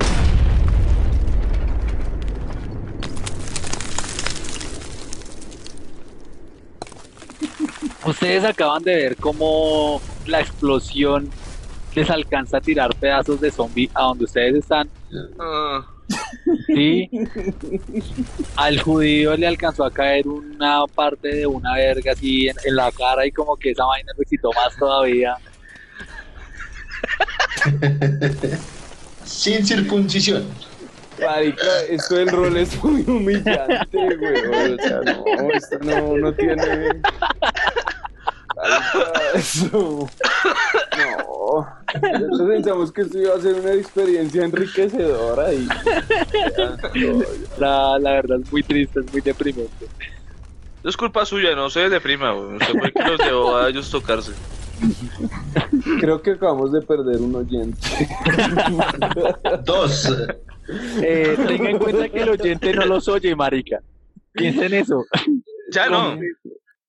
Speaker 5: Ustedes acaban de ver cómo la explosión les alcanza a tirar pedazos de zombie a donde ustedes están.
Speaker 4: Ah,
Speaker 5: Sí. Al judío le alcanzó a caer una parte de una verga así en, en la cara y como que esa vaina lo excitó más todavía.
Speaker 2: Sin circuncisión.
Speaker 3: Marica, esto del rol es muy humillante, güey. O sea, no, esto no, no tiene. Marica, Eso. No. Nosotros pensamos que esto iba a ser una experiencia enriquecedora y. ya, no, ya.
Speaker 5: La, la verdad es muy triste, es muy deprimente.
Speaker 4: es culpa suya, no se deprima, güey. Usted fue el que los llevó a ellos tocarse.
Speaker 3: Creo que acabamos de perder un oyente.
Speaker 2: Dos.
Speaker 5: Eh, tenga en cuenta que el oyente no los oye, marica. Piensen eso.
Speaker 4: Ya no.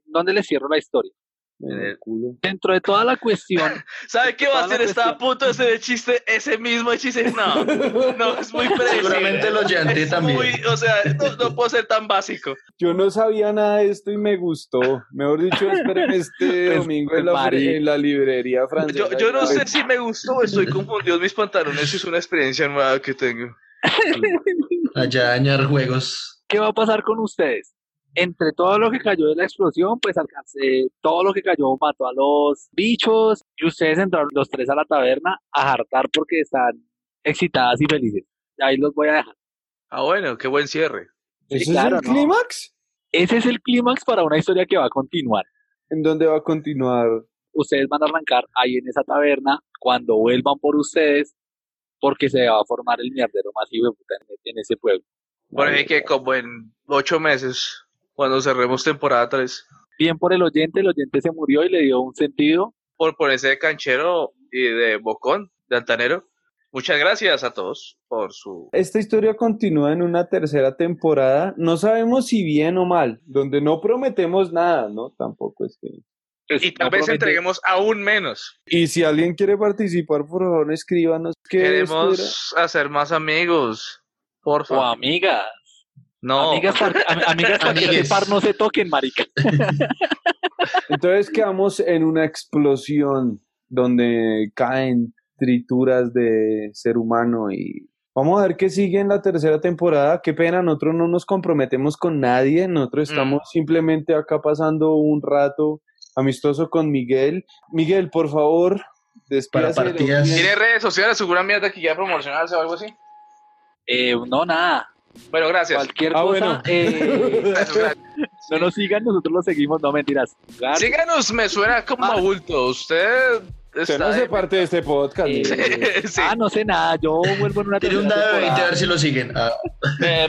Speaker 5: ¿Dónde les cierro la historia?
Speaker 3: En el culo.
Speaker 5: Dentro de toda la cuestión
Speaker 4: ¿Sabe qué va a
Speaker 5: Toda la
Speaker 4: hacer? Está a
Speaker 5: cuestión.
Speaker 4: punto de hacer el chiste, ese mismo chiste. No, no, es muy predecible.
Speaker 2: Seguramente lo llanté
Speaker 4: Es
Speaker 2: también.
Speaker 4: muy- o sea, no, no puedo ser tan básico.
Speaker 3: Yo no sabía nada de esto y me gustó. Mejor dicho, espérenme este
Speaker 5: Pues,
Speaker 3: domingo en la,
Speaker 5: Mari.
Speaker 3: en la librería
Speaker 5: Pues
Speaker 3: francesa.
Speaker 4: Yo, yo no sé si me gustó, estoy confundido en mis pantalones. Es una experiencia nueva que tengo.
Speaker 2: Allá dañar juegos.
Speaker 5: ¿qué va a pasar con ustedes? Entre todo lo que cayó de la explosión, pues alcancé, todo lo que cayó mató a los bichos y ustedes entraron los tres a la taberna a hartar porque están excitadas y felices. Ahí los voy a dejar.
Speaker 4: Ah, bueno, qué buen cierre.
Speaker 3: ¿Ese
Speaker 5: Sí, claro,
Speaker 3: es el
Speaker 5: no.
Speaker 3: clímax?
Speaker 5: Ese es el clímax para una historia que va a continuar.
Speaker 3: ¿En dónde va a continuar?
Speaker 5: Ustedes van a arrancar ahí en esa taberna cuando vuelvan por ustedes porque se va a formar el mierdero masivo de puta en- e, en ese pueblo.
Speaker 4: Por ejemplo, que como en ocho meses, cuando cerremos temporada 3,
Speaker 5: Bien por el oyente, el oyente se murió y le dio un sentido.
Speaker 4: por ponerse de canchero y de bocón, de altanero. Muchas gracias a todos por su...
Speaker 3: Esta historia continúa en una tercera temporada. No sabemos si bien o mal, donde no prometemos nada, ¿no? Tampoco es que.
Speaker 5: Pues,
Speaker 4: Y tal
Speaker 5: no
Speaker 4: vez
Speaker 5: promete-
Speaker 4: entreguemos aún menos.
Speaker 3: Y si alguien quiere participar, por favor, escríbanos. ¿Qué espera?
Speaker 4: Queremos hacer más amigos. Por
Speaker 5: O
Speaker 4: favor.
Speaker 5: amiga.
Speaker 4: No.
Speaker 5: Amigas, par- am- amigas para que
Speaker 2: Amigues.
Speaker 5: este par no se toquen, marica.
Speaker 3: Entonces quedamos en una explosión donde caen trituras de ser humano y. Vamos a ver qué sigue en la tercera temporada. Qué pena, nosotros no nos comprometemos con nadie. Nosotros
Speaker 4: Mm.
Speaker 3: estamos simplemente acá pasando un rato amistoso con Miguel. Miguel, por favor, despídase.
Speaker 2: Para
Speaker 3: de la
Speaker 2: partidas.
Speaker 3: audiencia.
Speaker 4: ¿Tiene redes sociales? ¿Alguna mierda que quiera promocionarse o algo así?
Speaker 5: Eh, no, nada.
Speaker 4: Bueno, gracias.
Speaker 5: Cualquier
Speaker 3: Ah,
Speaker 5: cosa.
Speaker 3: bueno.
Speaker 5: eh,
Speaker 4: Gracias.
Speaker 5: no nos sigan, nosotros lo seguimos. No mentiras. Claro.
Speaker 4: Síganos, me suena como
Speaker 5: Ah.
Speaker 4: adulto. Usted
Speaker 3: Usted
Speaker 4: está...
Speaker 3: no hace
Speaker 4: de-
Speaker 3: parte de este podcast.
Speaker 5: Eh,
Speaker 3: Miguel.
Speaker 4: Sí.
Speaker 5: Ah, no sé nada. Yo vuelvo en una
Speaker 2: Tiene un
Speaker 5: tercera
Speaker 2: dado de 20 a
Speaker 5: temporada.
Speaker 2: ver si lo siguen. Ah,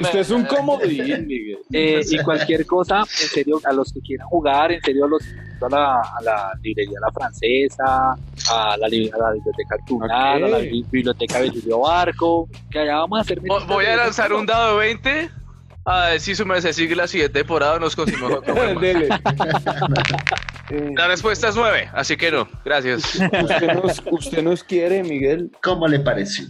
Speaker 3: Usted es un comodín, Miguel.
Speaker 5: Eh, y cualquier cosa, en serio, a los que quieran jugar, en serio, los invito a la, a la librería La Francesa, a la, li- a la biblioteca Artunal, a la bi- biblioteca Virgilio Barco, que allá vamos a hacer.
Speaker 4: Vo- Voy a lanzar un dado de 20 a ver si su merced sigue la siguiente temporada o nos conseguimos otro buen man.
Speaker 3: Dele. Eh,
Speaker 4: La respuesta es 9, así que no, gracias.
Speaker 3: usted, nos, usted nos quiere, Miguel.
Speaker 2: ¿Cómo le pareció?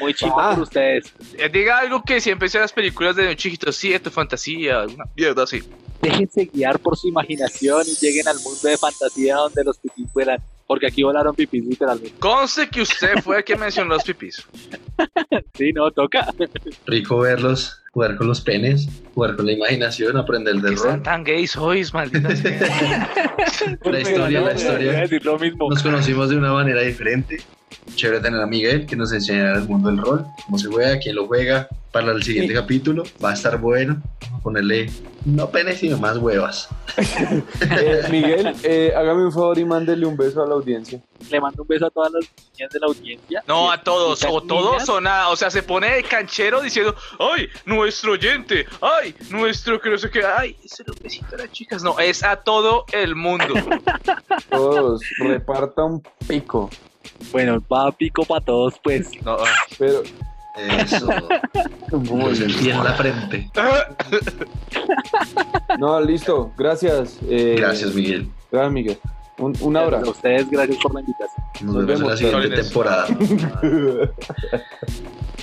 Speaker 5: muy chimba
Speaker 3: Ah.
Speaker 5: por ustedes.
Speaker 4: Eh, Diga algo que siempre hice en las películas de Chiquito 7, fantasía, alguna mierda así.
Speaker 5: déjense guiar por su imaginación y lleguen al mundo de fantasía donde los pipis vuelan. Porque aquí volaron pipis literalmente.
Speaker 4: Conste que usted fue el que mencionó los pipis.
Speaker 5: Sí, no, toca.
Speaker 2: Rico verlos, jugar con los penes, jugar con la imaginación, aprender
Speaker 4: Que
Speaker 2: del
Speaker 4: están
Speaker 2: rol.
Speaker 4: tan gays hoy, maldita sea.
Speaker 2: La historia, la
Speaker 5: Voy a
Speaker 2: historia.
Speaker 5: decir lo mismo.
Speaker 2: Nos conocimos de una manera diferente. Chévere tener a Miguel que nos enseñará el mundo del rol, cómo se juega, quién lo juega, para el siguiente capítulo. Va a estar bueno. Vamos a ponerle no penes, sino más huevas.
Speaker 3: Eh, Miguel, eh, hágame un favor y mándele un beso a la audiencia.
Speaker 5: Le mando un beso a todas las niñas de la audiencia.
Speaker 4: No,
Speaker 5: Y-
Speaker 4: a todos,
Speaker 5: y-
Speaker 4: o todos
Speaker 5: niñas,
Speaker 4: o nada. O sea, se pone de canchero diciendo, ¡ay, nuestro oyente! ¡ay, nuestro que no sé qué! ¡ay, ese lo besito a las chicas! No, es a todo el mundo.
Speaker 3: Todos, reparta un pico.
Speaker 5: Bueno, va a pico para todos, pues.
Speaker 4: No, ah.
Speaker 3: Pero
Speaker 2: Eso. Lo sentí en la frente.
Speaker 3: No, listo. Gracias. eh,
Speaker 2: Gracias, Miguel.
Speaker 3: Gracias, Miguel. Un, un
Speaker 5: A
Speaker 3: abrazo.
Speaker 5: ustedes, gracias por la invitación.
Speaker 2: Nos, vemos, en la
Speaker 3: vemos,
Speaker 2: siguiente
Speaker 4: Soles.
Speaker 2: temporada.